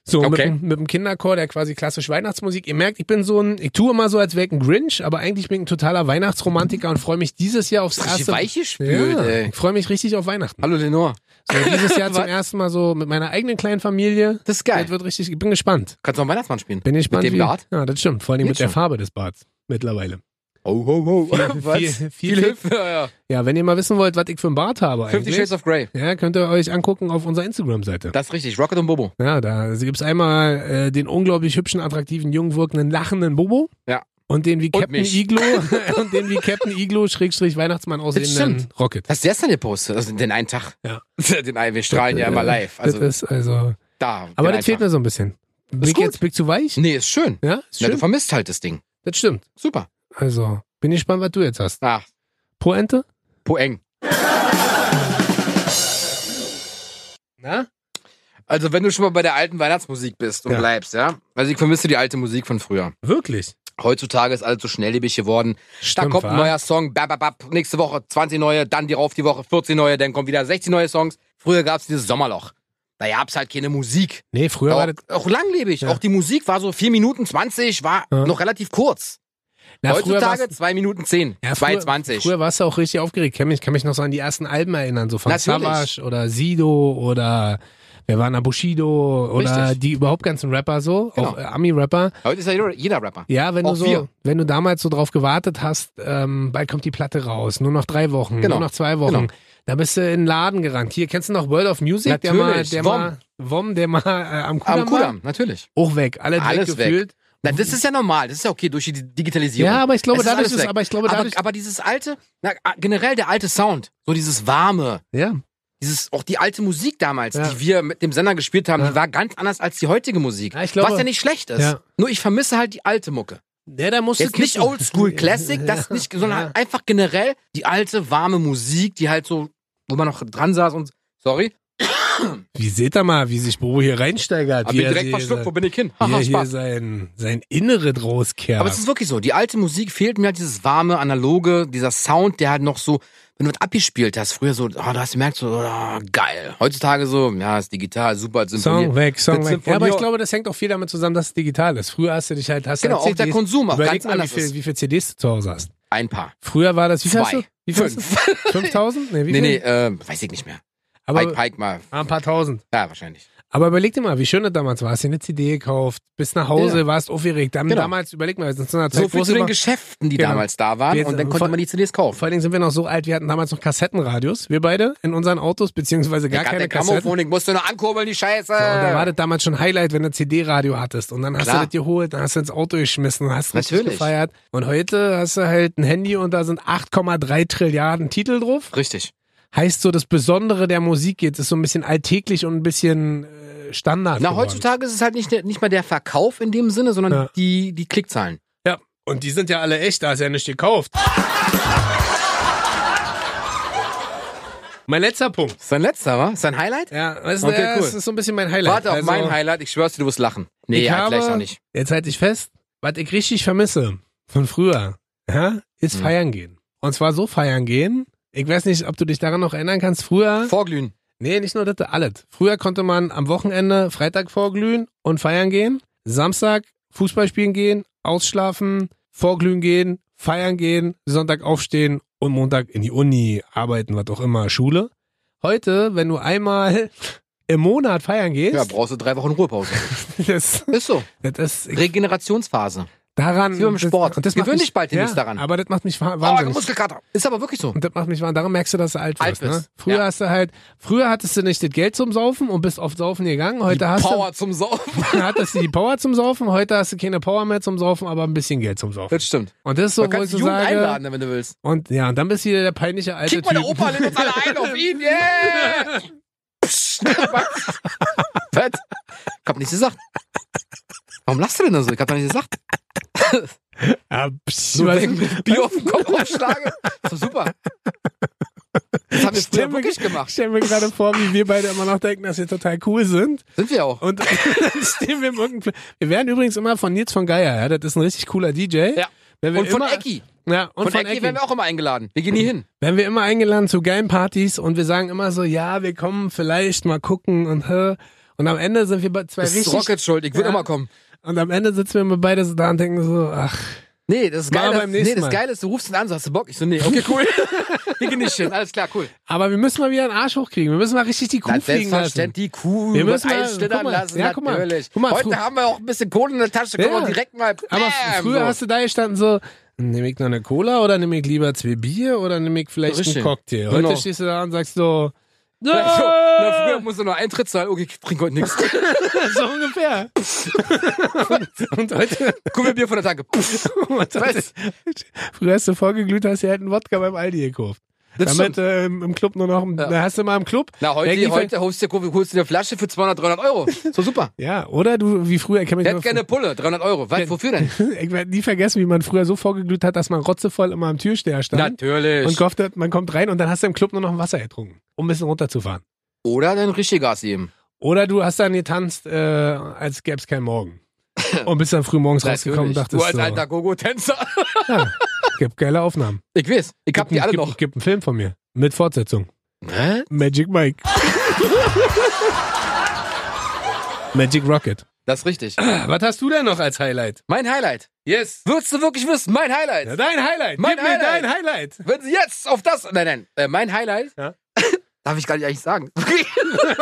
Speaker 1: So, mit,
Speaker 2: Okay.
Speaker 1: dem- mit dem Kinderchor, der quasi klassisch Weihnachtsmusik. Ihr merkt, ich bin so ein, ich tue immer so, als wäre ich ein Grinch, aber eigentlich bin ich ein totaler Weihnachtsromantiker und freue mich dieses Jahr aufs
Speaker 2: richtig
Speaker 1: erste
Speaker 2: weich gespült,
Speaker 1: ja,
Speaker 2: ey.
Speaker 1: ich freue mich richtig auf Weihnachten.
Speaker 2: Hallo Lenore.
Speaker 1: So, dieses Jahr zum
Speaker 2: Was?
Speaker 1: ersten Mal so mit meiner eigenen kleinen Familie.
Speaker 2: Das ist geil.
Speaker 1: Das wird richtig, ich bin gespannt.
Speaker 2: Kannst du auch Weihnachtsmann spielen?
Speaker 1: Bin gespannt.
Speaker 2: Mit dem
Speaker 1: wie-
Speaker 2: Bart?
Speaker 1: Ja, das stimmt. Vor allem
Speaker 2: Geht
Speaker 1: mit der
Speaker 2: schon.
Speaker 1: Farbe des Barts. Mittlerweile.
Speaker 2: Oh, oh, oh. Was?
Speaker 1: viel- viel
Speaker 2: Viel,
Speaker 1: Hilfe.
Speaker 2: Hilfe. Ja, ja.
Speaker 1: Ja, wenn ihr mal wissen wollt, was ich für einen Bart habe
Speaker 2: 50
Speaker 1: eigentlich,
Speaker 2: Shades of Grey.
Speaker 1: ja, könnt ihr euch angucken auf unserer Instagram-Seite.
Speaker 2: Das ist richtig. Rocket und Bobo.
Speaker 1: Ja, da gibt's einmal äh, den unglaublich hübschen, attraktiven, jung wirkenden, lachenden Bobo.
Speaker 2: Ja.
Speaker 1: Und den wie
Speaker 2: Und
Speaker 1: Captain
Speaker 2: mich.
Speaker 1: Iglo und den wie Captain Iglo Schrägstrich Weihnachtsmann aussehenden
Speaker 2: stimmt.
Speaker 1: Rocket.
Speaker 2: Hast du gestern gepostet? Also den einen Tag.
Speaker 1: Ja.
Speaker 2: Den einen, wir strahlen ja
Speaker 1: Äh,
Speaker 2: immer live. Also
Speaker 1: das ist also.
Speaker 2: da.
Speaker 1: Aber
Speaker 2: den
Speaker 1: das fehlt
Speaker 2: einen
Speaker 1: mir so ein bisschen. Bin
Speaker 2: Ist
Speaker 1: ich
Speaker 2: gut. Hm.
Speaker 1: jetzt bin ich zu weich?
Speaker 2: Tag. Nee, ist schön.
Speaker 1: Ja, ist
Speaker 2: Na, du
Speaker 1: schön.
Speaker 2: vermisst halt das Ding.
Speaker 1: Das stimmt.
Speaker 2: Super.
Speaker 1: Also, bin ich gespannt, was du jetzt hast.
Speaker 2: Ach,
Speaker 1: Poente?
Speaker 2: Poeng.
Speaker 1: Na?
Speaker 2: Also wenn du schon mal bei der alten Weihnachtsmusik bist und
Speaker 1: Ja.
Speaker 2: bleibst, ja. Also ich vermisse die alte Musik von früher.
Speaker 1: Wirklich?
Speaker 2: Heutzutage ist alles so schnelllebig geworden. Da kommt ein
Speaker 1: wa?
Speaker 2: neuer Song, bap, bap, bap, nächste Woche 20 neue, dann die rauf die Woche 14 neue, dann kommen wieder 16 neue Songs. Früher gab's dieses Sommerloch. Da gab's halt keine Musik.
Speaker 1: Nee, früher
Speaker 2: Auch,
Speaker 1: war das.
Speaker 2: auch langlebig.
Speaker 1: Ja.
Speaker 2: Auch die Musik war so 4 Minuten 20, war
Speaker 1: Ja.
Speaker 2: noch relativ kurz.
Speaker 1: Na, früher
Speaker 2: Heutzutage
Speaker 1: war's-
Speaker 2: 2 Minuten 10,
Speaker 1: Ja, früher-
Speaker 2: 2,20.
Speaker 1: Früher warst du auch richtig aufgeregt. Ich kann mich, kann mich noch so an die ersten Alben erinnern, so von
Speaker 2: Natürlich.
Speaker 1: Savage oder Sido oder wer war da Bushido oder
Speaker 2: Richtig.
Speaker 1: die überhaupt ganzen Rapper so,
Speaker 2: Genau.
Speaker 1: auch äh, Ami-Rapper.
Speaker 2: Heute ist ja jeder, jeder Rapper.
Speaker 1: Ja, wenn du
Speaker 2: Auch
Speaker 1: so,
Speaker 2: wir.
Speaker 1: wenn du damals so drauf gewartet hast, ähm, bald kommt die Platte raus, nur noch drei Wochen,
Speaker 2: Genau.
Speaker 1: nur noch zwei Wochen.
Speaker 2: Genau.
Speaker 1: Da bist du in den Laden gerannt. Hier, kennst du noch World of Music?
Speaker 2: Natürlich,
Speaker 1: Der
Speaker 2: Wom.
Speaker 1: mal, der mal, Wom, der mal äh, am Kudamm,
Speaker 2: Am Kudamm, natürlich.
Speaker 1: war? Hoch weg, alle
Speaker 2: Alles weg.
Speaker 1: weggefühlt.
Speaker 2: Na, das ist ja normal, das ist ja okay durch die Digitalisierung.
Speaker 1: Ja, aber ich glaube,
Speaker 2: Es ist
Speaker 1: dadurch
Speaker 2: alles
Speaker 1: ist,
Speaker 2: weg.
Speaker 1: aber ich glaube,
Speaker 2: aber,
Speaker 1: dadurch,
Speaker 2: aber dieses alte, na, ah, generell der alte Sound, so dieses warme,
Speaker 1: ja.
Speaker 2: dieses auch die alte Musik damals,
Speaker 1: Ja.
Speaker 2: die wir mit dem Sender gespielt haben,
Speaker 1: Ja.
Speaker 2: die war ganz anders als die heutige Musik.
Speaker 1: Ja, ich glaube-
Speaker 2: was ja nicht schlecht ist.
Speaker 1: Ja.
Speaker 2: Nur ich vermisse halt die alte Mucke.
Speaker 1: Ja, da musst
Speaker 2: Jetzt
Speaker 1: du
Speaker 2: nicht
Speaker 1: kicken.
Speaker 2: Oldschool Classic, das
Speaker 1: Ja.
Speaker 2: nicht, sondern halt
Speaker 1: Ja.
Speaker 2: einfach generell die alte warme Musik, die halt so, wo man noch dran saß und sorry,
Speaker 1: Wie seht ihr mal, wie sich Bobo hier reinsteigert?
Speaker 2: hab
Speaker 1: Wie
Speaker 2: ich
Speaker 1: er
Speaker 2: direkt
Speaker 1: hier
Speaker 2: verschluckt, wo
Speaker 1: sein-
Speaker 2: bin ich hin?
Speaker 1: wie er
Speaker 2: Haha,
Speaker 1: halt hier
Speaker 2: Spaß.
Speaker 1: sein, sein Innere draus kehrt.
Speaker 2: Aber es ist wirklich so, die alte Musik fehlt mir halt dieses warme, analoge, dieser Sound, der halt noch so, wenn du was abgespielt hast, früher so, oh, da hast du gemerkt, so, oh, geil. Heutzutage so, ja, ist digital, super, ist
Speaker 1: Song
Speaker 2: imponiert.
Speaker 1: weg, Song
Speaker 2: Jetzt
Speaker 1: weg.
Speaker 2: sind von
Speaker 1: Ja, aber ich
Speaker 2: hier-
Speaker 1: glaube, das hängt auch viel damit zusammen, dass es digital ist. Früher hast du dich halt, hast
Speaker 2: Genau,
Speaker 1: halt
Speaker 2: auch der Konsum auch
Speaker 1: Überleg
Speaker 2: ganz
Speaker 1: mal, wie
Speaker 2: anders
Speaker 1: viel,
Speaker 2: ist.
Speaker 1: wie viel CDs du zu Hause hast.
Speaker 2: Ein paar.
Speaker 1: Früher war das, wie viel hast
Speaker 2: Zwei.
Speaker 1: du? Wie viel hast
Speaker 2: Fünf.
Speaker 1: du? 5000? Nee, wie viel?
Speaker 2: Nee, nee, äh, weiß ich nicht mehr.
Speaker 1: aber
Speaker 2: Pike, Pike mal,
Speaker 1: Ah, ein paar tausend.
Speaker 2: ja, wahrscheinlich.
Speaker 1: Aber überleg dir mal, wie schön das damals war. Hast dir eine CD gekauft, bist nach Hause, warst aufgeregt. Dann,
Speaker 2: Genau.
Speaker 1: Damals, überleg mal, in so einer Zeit,
Speaker 2: So
Speaker 1: wo
Speaker 2: viel
Speaker 1: es
Speaker 2: zu den
Speaker 1: immer-
Speaker 2: Geschäften, die
Speaker 1: Genau.
Speaker 2: damals da waren
Speaker 1: Jetzt,
Speaker 2: und dann
Speaker 1: äh,
Speaker 2: konnte
Speaker 1: von-
Speaker 2: man die CDs kaufen.
Speaker 1: vor allen Dingen sind wir noch so alt, wir hatten damals noch Kassettenradios, wir beide, in unseren Autos, beziehungsweise gar
Speaker 2: Ich hatte
Speaker 1: keine Kassetten.
Speaker 2: Grammophon, ich musste nur ankurbeln, die Scheiße.
Speaker 1: So, und da war das damals schon Highlight, wenn du CD-Radio hattest. Und dann hast
Speaker 2: Äh. Klar.
Speaker 1: du das geholt, dann hast du ins Auto geschmissen, hast richtig
Speaker 2: Natürlich.
Speaker 1: gefeiert. Und heute hast du halt ein Handy und da sind 8,3 Trilliarden Titel drauf.
Speaker 2: Richtig.
Speaker 1: Heißt so, das Besondere der Musik jetzt ist so ein bisschen alltäglich und ein bisschen äh, Standard.
Speaker 2: Na,
Speaker 1: geworden.
Speaker 2: heutzutage ist es halt nicht, der- nicht mal der Verkauf in dem Sinne, sondern
Speaker 1: Ja.
Speaker 2: die, die Klickzahlen.
Speaker 1: Ja. Und die sind ja alle echt, da ist ja nicht gekauft. mein letzter Punkt.
Speaker 2: Ist dein letzter, wa? Ist dein Highlight?
Speaker 1: Ja, das ist,
Speaker 2: Okay,
Speaker 1: äh,
Speaker 2: cool.
Speaker 1: das ist so ein bisschen mein Highlight.
Speaker 2: Warte auf
Speaker 1: Also,
Speaker 2: mein Highlight, ich schwör's dir, du wirst lachen. Nee,
Speaker 1: ich
Speaker 2: ja,
Speaker 1: habe,
Speaker 2: vielleicht auch nicht.
Speaker 1: Jetzt halte ich fest, was ich richtig vermisse von früher, ja, ist
Speaker 2: Hm.
Speaker 1: feiern gehen. Und zwar so feiern gehen. Ich weiß nicht, ob du dich daran noch erinnern kannst. Früher,
Speaker 2: Vorglühen.
Speaker 1: nee, nicht nur das, alles. Früher konnte man am Wochenende Freitag vorglühen und feiern gehen. Samstag Fußball spielen gehen, ausschlafen, vorglühen gehen, feiern gehen, Sonntag aufstehen und Montag in die Uni, arbeiten, was auch immer, Schule. Heute, wenn du einmal im Monat feiern
Speaker 2: Ja,
Speaker 1: gehst,
Speaker 2: brauchst du drei Wochen Ruhepause.
Speaker 1: das,
Speaker 2: Ist so.
Speaker 1: das, ich
Speaker 2: Regenerationsphase.
Speaker 1: Daran.
Speaker 2: Wie beim Sport.
Speaker 1: Und das macht
Speaker 2: Gewöhn
Speaker 1: mich-
Speaker 2: dich bald demnächst daran.
Speaker 1: Aber das macht mich wa-
Speaker 2: Oh,
Speaker 1: wahnsinnig.
Speaker 2: Muskelkater. Ist aber wirklich so.
Speaker 1: und das macht mich wahnsinnig. Daran merkst du, dass du alt
Speaker 2: Alt
Speaker 1: wirst. Ne?
Speaker 2: bist,
Speaker 1: Früher
Speaker 2: ja.
Speaker 1: hast du halt, früher hattest du nicht das Geld zum Saufen und bist oft saufen gegangen. Heute hast
Speaker 2: Power zum Saufen.
Speaker 1: du hattest du die Power zum Saufen. Heute hast du keine Power mehr zum Saufen, aber ein bisschen Geld zum Saufen.
Speaker 2: Das stimmt.
Speaker 1: Und das ist so,
Speaker 2: Du
Speaker 1: wo ich
Speaker 2: kannst die
Speaker 1: so
Speaker 2: Jugend
Speaker 1: sage.
Speaker 2: einladen, wenn du willst.
Speaker 1: Und ja, und dann bist du wieder der peinliche alte
Speaker 2: Kick mal der
Speaker 1: Typ.
Speaker 2: Opa, lädt uns alle ein auf ihn. Yeah! Psst. Was? Was? Ich hab nichts gesagt. Warum lachst du denn da so? Ich hab doch nichts gesagt.
Speaker 1: Ah, psch,
Speaker 2: Nur
Speaker 1: was-
Speaker 2: wegen dem Bier auf den Kopf aufschlage. Ist doch super. Das haben wir früher
Speaker 1: Stimme-
Speaker 2: wirklich
Speaker 1: Ich
Speaker 2: gemacht.
Speaker 1: stelle mir gerade vor, wie wir beide immer noch denken, dass wir total cool sind.
Speaker 2: Sind wir auch.
Speaker 1: Und dann stehen wir im irgendeinem. Wir werden übrigens immer von Nils von Geier, ja, das ist ein richtig cooler DJ.
Speaker 2: Ja.
Speaker 1: Wenn wir
Speaker 2: Und von
Speaker 1: immer,
Speaker 2: Ecki.
Speaker 1: Ja, und
Speaker 2: Von,
Speaker 1: von,
Speaker 2: Ecki
Speaker 1: Ecki.
Speaker 2: werden wir auch immer eingeladen. Wir gehen nie hin.
Speaker 1: Wenn wir immer eingeladen zu geilen Partys und wir sagen immer so, ja, wir kommen vielleicht mal gucken und hä. Und am Ende sind wir bei zwei
Speaker 2: Das ist
Speaker 1: richtig.
Speaker 2: Rockets schuld. Ich würde
Speaker 1: Ja.
Speaker 2: immer kommen.
Speaker 1: Und am Ende sitzen wir immer beide so da und denken so, ach,
Speaker 2: Nee, das ist
Speaker 1: Mal
Speaker 2: geil.
Speaker 1: beim
Speaker 2: dass-
Speaker 1: nächsten
Speaker 2: Nee, das
Speaker 1: Mal.
Speaker 2: Geile ist, du rufst ihn an, so hast du Bock? Ich so, nee, okay, cool. Wir gehen nicht hin. Alles klar, cool.
Speaker 1: aber wir müssen mal wieder einen Arsch hochkriegen. Wir müssen mal richtig die Kuh
Speaker 2: Na,
Speaker 1: fliegen lassen.
Speaker 2: selbstverständlich die Kuh
Speaker 1: Wir
Speaker 2: wir
Speaker 1: müssen
Speaker 2: müssen
Speaker 1: mal- guck
Speaker 2: einschlittern
Speaker 1: mal,
Speaker 2: lassen,
Speaker 1: ja, guck mal,
Speaker 2: natürlich.
Speaker 1: guck mal, frü-
Speaker 2: Heute haben wir auch ein bisschen Kohle in der Tasche, können
Speaker 1: Ja.
Speaker 2: wir direkt mal...
Speaker 1: Aber
Speaker 2: bam,
Speaker 1: früher
Speaker 2: so.
Speaker 1: hast du da gestanden so, nehme ich noch eine Cola oder nehme ich lieber zwei Bier oder nehme ich vielleicht
Speaker 2: Richtig.
Speaker 1: einen Cocktail? Heute
Speaker 2: Genau.
Speaker 1: stehst du da und sagst so,
Speaker 2: Na, so, na, früher musst du nur Eintritt zahlen, okay, ich trinke heute nichts.
Speaker 1: so ungefähr. und heute,
Speaker 2: Kugelbier von der Tanke. Pff,
Speaker 1: und heute
Speaker 2: Was?
Speaker 1: früher hast du vorgeglüht, hast du halt einen Wodka beim Aldi gekauft.
Speaker 2: Das
Speaker 1: Damit
Speaker 2: stimmt.
Speaker 1: äh, im im Club nur noch, ein-
Speaker 2: Ja.
Speaker 1: da hast du mal im Club.
Speaker 2: Na,
Speaker 1: Irgendwie
Speaker 2: heute, heute holst du, dir- holst du dir eine Flasche für 200, 300 Euro. So super.
Speaker 1: Ja, oder du, wie früher, ich kann mich
Speaker 2: Der
Speaker 1: noch,
Speaker 2: hat gerne Pulle, 300 Euro. Was, wofür denn?
Speaker 1: ich werde nie vergessen, wie man früher so vorgeglüht hat, dass man rotzevoll immer am Türsteher stand und
Speaker 2: Natürlich.
Speaker 1: gehofft hat, man kommt rein und dann hast du im Club nur noch ein Wasser getrunken, um ein bisschen runterzufahren.
Speaker 2: Oder dein Richtigas eben.
Speaker 1: Oder du hast dann getanzt, äh, als gäbe es keinen Morgen. Und bist dann früh morgens rausgekommen und
Speaker 2: Natürlich.
Speaker 1: dachtest,
Speaker 2: Du als
Speaker 1: so,
Speaker 2: alter Gogo-Tänzer.
Speaker 1: ja, gibt geile Aufnahmen.
Speaker 2: Ich weiß, ich hab die alle
Speaker 1: gibt,
Speaker 2: noch.
Speaker 1: Gibt einen Film von mir. Mit Fortsetzung.
Speaker 2: Hä?
Speaker 1: Magic Mike. Magic Rocket.
Speaker 2: Das ist richtig.
Speaker 1: Was hast du denn noch als Highlight?
Speaker 2: Mein Highlight. Yes. Würdest du wirklich wissen, mein Highlight.
Speaker 1: Ja, dein Highlight.
Speaker 2: Mein
Speaker 1: Gib mir
Speaker 2: Highlight.
Speaker 1: dein Highlight.
Speaker 2: Wenn sie jetzt auf das. Nein, nein. Äh, mein Highlight.
Speaker 1: Ja.
Speaker 2: Darf ich gar nicht eigentlich sagen.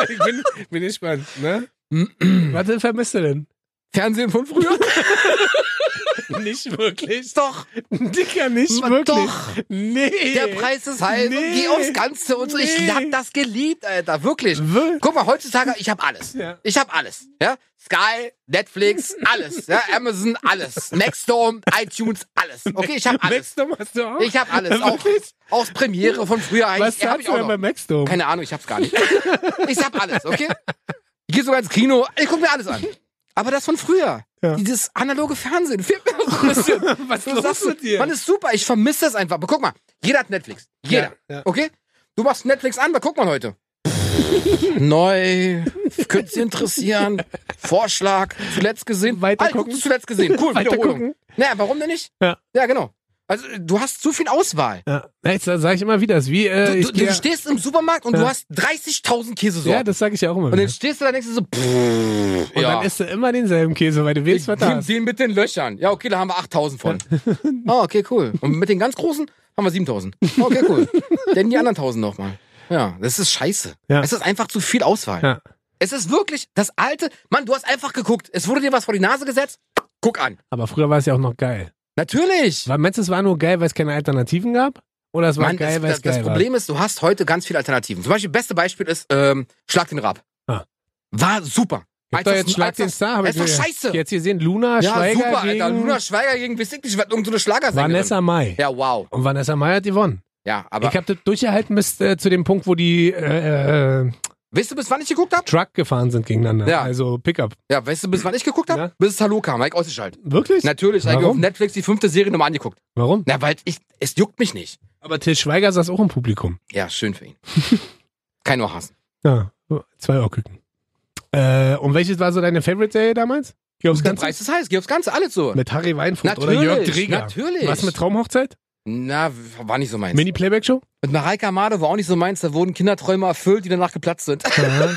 Speaker 1: Ich bin, bin gespannt. Ne? Was denn vermisst du denn?
Speaker 2: Fernsehen von früher?
Speaker 1: Nicht wirklich.
Speaker 2: Doch,
Speaker 1: Dicker, nicht
Speaker 2: Ma-
Speaker 1: wirklich.
Speaker 2: doch.
Speaker 1: Nee.
Speaker 2: der Preis ist halb.
Speaker 1: Nee.
Speaker 2: Geh aufs Ganze und so.
Speaker 1: Nee.
Speaker 2: Ich hab das geliebt, Alter. Wirklich.
Speaker 1: Wir-
Speaker 2: Guck mal, heutzutage, ich hab alles.
Speaker 1: Ja.
Speaker 2: Ich hab alles. Ja? Sky, Netflix, alles. Ja? Amazon, alles. Nextdoor, iTunes, alles. Okay, ich hab alles.
Speaker 1: Maxdome hast du auch?
Speaker 2: Ich hab alles. Auch,
Speaker 1: Wirklich?
Speaker 2: auch Premiere von früher
Speaker 1: Was
Speaker 2: eigentlich. hab
Speaker 1: sagst
Speaker 2: ich
Speaker 1: du
Speaker 2: auch
Speaker 1: denn
Speaker 2: noch.
Speaker 1: bei Maxdome?
Speaker 2: Keine Ahnung, ich hab's gar nicht. ich hab alles, okay? Ich gehe sogar ins Kino, ich guck mir alles an. Aber das von früher.
Speaker 1: Ja.
Speaker 2: Dieses analoge Fernsehen fehlt mir noch ein bisschen.
Speaker 1: Was ist
Speaker 2: Du sagst,
Speaker 1: los mit dir?
Speaker 2: Man ist super, ich vermisse das einfach. Aber guck mal, jeder hat Netflix. Jeder.
Speaker 1: Ja, ja.
Speaker 2: Okay? Du machst Netflix an, was guckt man heute? Neu, könnte Sie interessieren. Vorschlag, zuletzt gesehen.
Speaker 1: Weiter
Speaker 2: Ah, ich
Speaker 1: gucken.
Speaker 2: guck's zuletzt gesehen. Cool,
Speaker 1: Weiter
Speaker 2: Wiederholung. Naja, warum denn nicht?
Speaker 1: Ja.
Speaker 2: ja, genau. Also, du hast zu viel Auswahl.
Speaker 1: ja. Na, jetzt sag ich immer wieder, es ist wie, äh,
Speaker 2: Du,
Speaker 1: ich
Speaker 2: du,
Speaker 1: geh-
Speaker 2: du stehst im Supermarkt und
Speaker 1: Ja.
Speaker 2: du hast 30.000 Käsesorten.
Speaker 1: Ja, das sage ich ja auch immer
Speaker 2: und
Speaker 1: wieder.
Speaker 2: dann stehst du da und denkst dir so, pff,
Speaker 1: Und dann isst du immer denselben Käse, weil du willst, was da
Speaker 2: den,
Speaker 1: ist.
Speaker 2: den mit den Löchern. Ja, okay, da haben wir 8000 von. Ah,
Speaker 1: Oh,
Speaker 2: okay, cool. Und mit den ganz großen haben wir 7000. Okay, cool. Denn die anderen 1000 nochmal. Ja, das ist scheiße.
Speaker 1: Ja.
Speaker 2: Es ist einfach zu viel Auswahl.
Speaker 1: Ja.
Speaker 2: Es ist wirklich das alte. Mann, du hast einfach geguckt. Es wurde dir was vor die Nase gesetzt. Guck an.
Speaker 1: Aber früher war es ja auch noch geil.
Speaker 2: Natürlich.
Speaker 1: War, meinst du, es war nur geil, weil es keine Alternativen gab? Oder es war
Speaker 2: Mann,
Speaker 1: geil,
Speaker 2: das,
Speaker 1: weil
Speaker 2: das,
Speaker 1: es geil
Speaker 2: das Problem ist, du hast heute ganz viele Alternativen. Zum Beispiel, beste Beispiel ist ähm, Schlag den Rab.
Speaker 1: Ah.
Speaker 2: War super.
Speaker 1: war? Gibt doch
Speaker 2: Als
Speaker 1: jetzt
Speaker 2: das-
Speaker 1: Schlag
Speaker 2: als
Speaker 1: den
Speaker 2: das-
Speaker 1: Star. hab
Speaker 2: Es
Speaker 1: ich
Speaker 2: war
Speaker 1: gesehen.
Speaker 2: scheiße.
Speaker 1: Jetzt hier sehen Luna,
Speaker 2: ja,
Speaker 1: Schweiger
Speaker 2: super,
Speaker 1: gegen
Speaker 2: Alter. Luna Schweiger gegen, weiß ich nicht, was irgendeine Schlagersängerin.
Speaker 1: Vanessa Mai.
Speaker 2: Ja, wow.
Speaker 1: Und Vanessa Mai hat gewonnen.
Speaker 2: Ja, aber
Speaker 1: ich habe das durchgehalten bis äh, zu dem Punkt, wo die äh, äh,
Speaker 2: weißt du, bis wann ich geguckt habe?
Speaker 1: Truck gefahren sind gegeneinander.
Speaker 2: Ja.
Speaker 1: Also Pickup.
Speaker 2: Ja, weißt du, bis wann ich geguckt habe?
Speaker 1: Ja.
Speaker 2: Bis es Hallo kam, hab ich ausgeschaltet.
Speaker 1: Wirklich?
Speaker 2: Natürlich, hab ich
Speaker 1: Warum?
Speaker 2: auf Netflix die fünfte Serie nochmal angeguckt.
Speaker 1: Warum?
Speaker 2: Na, weil ich, es juckt mich nicht.
Speaker 1: Aber Till Schweiger saß auch im Publikum.
Speaker 2: Ja, schön für ihn. Kein Ohrhasen.
Speaker 1: Ja, zwei Ohrküken. Äh, und welches war so deine Favorite-Serie damals? Geh aufs
Speaker 2: Der
Speaker 1: Ganze?
Speaker 2: Preis ist heiß, geh aufs Ganze, alles so.
Speaker 1: Mit Harry Weinfurt
Speaker 2: Natürlich,
Speaker 1: oder Jörg Dreger.
Speaker 2: natürlich.
Speaker 1: Was mit Traumhochzeit?
Speaker 2: Na, war nicht so meins.
Speaker 1: Mini-Playback-Show?
Speaker 2: Mit Mareike Amado war auch nicht so meins, da wurden Kinderträume erfüllt, die danach geplatzt sind.
Speaker 1: Ja.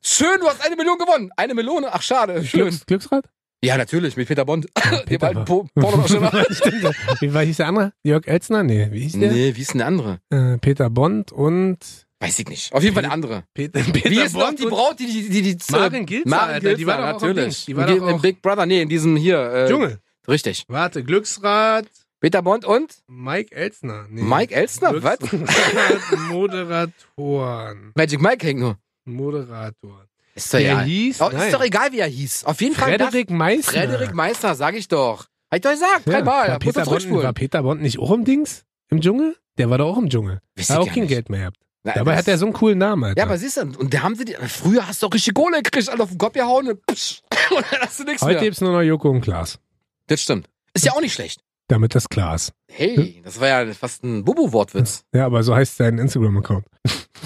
Speaker 2: Schön, du hast eine Million gewonnen. Eine Melone, ach schade, schön.
Speaker 1: Glücks, Glücksrad?
Speaker 2: Ja, natürlich, mit Peter Bond.
Speaker 1: Peter
Speaker 2: Dem alten
Speaker 1: Bond.
Speaker 2: po Pornodarsteller.
Speaker 1: Stimmt. wie war hieß der andere? Jörg Elzner? Nee, wie hieß der?
Speaker 2: Nee, wie ist denn der andere?
Speaker 1: Äh, Peter Bond und
Speaker 2: Weiß ich nicht. Auf jeden Fall der andere.
Speaker 1: Peter, Peter
Speaker 2: Wie ist noch
Speaker 1: Bond
Speaker 2: die
Speaker 1: und-
Speaker 2: Braut, die die die, die
Speaker 1: Maren Gilzer, Alter, die war doch auch im
Speaker 2: natürlich.
Speaker 1: Ding. Die war
Speaker 2: In-
Speaker 1: doch
Speaker 2: in
Speaker 1: auch-
Speaker 2: Big Brother, nee, in diesem hier. Äh,
Speaker 1: Dschungel.
Speaker 2: Richtig.
Speaker 1: Warte, Glücksrad,
Speaker 2: Peter Bond und
Speaker 1: Mike Elzner. Nee.
Speaker 2: Mike Elstner, was?
Speaker 1: Glücksrad, Moderatoren.
Speaker 2: Magic Mike hängt nur.
Speaker 1: Moderator.
Speaker 2: Ist doch
Speaker 1: Der
Speaker 2: ja.
Speaker 1: hieß-
Speaker 2: Oh, ist
Speaker 1: nein.
Speaker 2: doch egal, wie er hieß. Auf jeden Fall.
Speaker 1: Frederik
Speaker 2: Das,
Speaker 1: Meister.
Speaker 2: Frederik Meister, sag ich doch. Hab ich doch gesagt, dreimal.
Speaker 1: War
Speaker 2: Ja, Muss er
Speaker 1: Peter, Bond, war
Speaker 2: zurückspulen.
Speaker 1: Peter Bond nicht auch im Dings? Im Dschungel? Der war doch auch im Dschungel.
Speaker 2: Weiß
Speaker 1: Hat
Speaker 2: ich
Speaker 1: auch
Speaker 2: ja
Speaker 1: kein
Speaker 2: nicht.
Speaker 1: Geld mehr gehabt.
Speaker 2: Na,
Speaker 1: Dabei
Speaker 2: das-
Speaker 1: hat er so einen coolen Namen, Alter.
Speaker 2: Ja, aber siehst du, und da haben sie die. Früher hast du doch richtig Kohle gekriegt, alle auf den Kopf gehauen und, psch, und dann hast du nichts
Speaker 1: Heute
Speaker 2: mehr.
Speaker 1: gibt's nur noch Joko und Klaas.
Speaker 2: Das stimmt. Ist ja auch nicht schlecht.
Speaker 1: Damit das Klaas.
Speaker 2: Hey, das war ja fast ein Bubu-Wortwitz.
Speaker 1: Ja, aber so heißt sein Instagram-Account.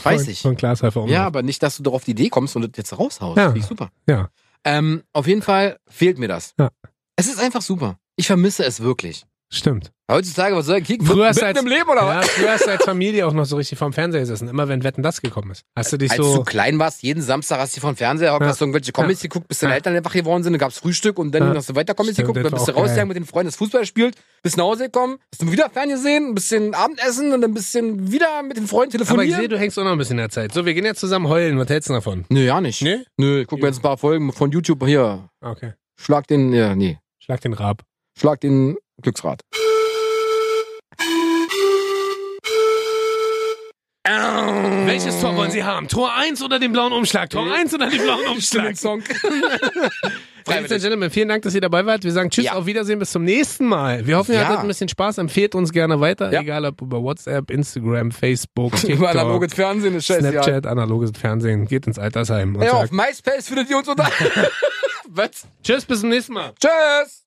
Speaker 2: Weiß
Speaker 1: Von-
Speaker 2: ich.
Speaker 1: Von Klaas Heifer
Speaker 2: Ja,
Speaker 1: Umlauf.
Speaker 2: aber nicht, dass du doch auf die Idee kommst und das jetzt raushaust.
Speaker 1: Ja.
Speaker 2: Finde ich super.
Speaker 1: Ja.
Speaker 2: Ähm, auf jeden Fall fehlt mir das.
Speaker 1: Ja.
Speaker 2: Es ist einfach super. Ich vermisse es wirklich.
Speaker 1: Stimmt.
Speaker 2: Heutzutage, was soll ich kicken?
Speaker 1: Früher ist
Speaker 2: Mit, mitten
Speaker 1: als-
Speaker 2: im Leben oder
Speaker 1: Ja,
Speaker 2: was?
Speaker 1: früher hast du als Familie auch noch so richtig vorm Fernseher gesessen. Immer wenn Wetten das gekommen ist. Hast du dich
Speaker 2: Als du
Speaker 1: so.
Speaker 2: klein warst, jeden Samstag hast du vor dem Fernseher gehockt,
Speaker 1: Ja.
Speaker 2: hast du irgendwelche Comics geguckt, bis deine
Speaker 1: Ja.
Speaker 2: Eltern einfach geworden sind, dann gab's Frühstück und dann
Speaker 1: Ja.
Speaker 2: hast du weiter Comics
Speaker 1: Stimmt,
Speaker 2: geguckt,
Speaker 1: das
Speaker 2: dann bist du
Speaker 1: war auch geil.
Speaker 2: rausgegangen mit den Freunden, das Fußball gespielt, bist nach Hause gekommen, hast du wieder Fernsehen gesehen, ein bisschen Abendessen und dann ein bisschen wieder mit den Freunden
Speaker 1: Aber ich
Speaker 2: telefoniert.
Speaker 1: sehe, du hängst auch noch ein bisschen in der Zeit. So, wir gehen jetzt zusammen heulen. Was hältst du davon?
Speaker 2: Nö, ja nicht.
Speaker 1: Nee?
Speaker 2: Nö, ich guck mir jetzt ein paar Folgen von YouTube hier.
Speaker 1: Okay.
Speaker 2: Schlag den, ja, nee.
Speaker 1: Schlag den Rab.
Speaker 2: Schlag den Glücksrad.
Speaker 1: Welches Tor wollen Sie haben? Tor 1 oder den blauen Umschlag? Tor 1 oder den blauen Umschlag?
Speaker 2: Song.
Speaker 1: Ladies and Gentlemen, vielen Dank, dass ihr dabei wart. Wir sagen Tschüss,
Speaker 2: Ja.
Speaker 1: auf Wiedersehen, bis zum nächsten Mal. Wir hoffen, ihr
Speaker 2: Ja.
Speaker 1: hattet ein bisschen Spaß. Empfehlt uns gerne weiter,
Speaker 2: Ja.
Speaker 1: egal ob über WhatsApp, Instagram, Facebook,
Speaker 2: Über
Speaker 1: TikTok,
Speaker 2: analoges Fernsehen ist scheiße.
Speaker 1: Snapchat, analoges Fernsehen. Geht ins Altersheim und
Speaker 2: Ja, Ja, auf
Speaker 1: sagt
Speaker 2: MySpace findet ihr uns unter. Was?
Speaker 1: Tschüss, bis zum nächsten Mal.
Speaker 2: Tschüss!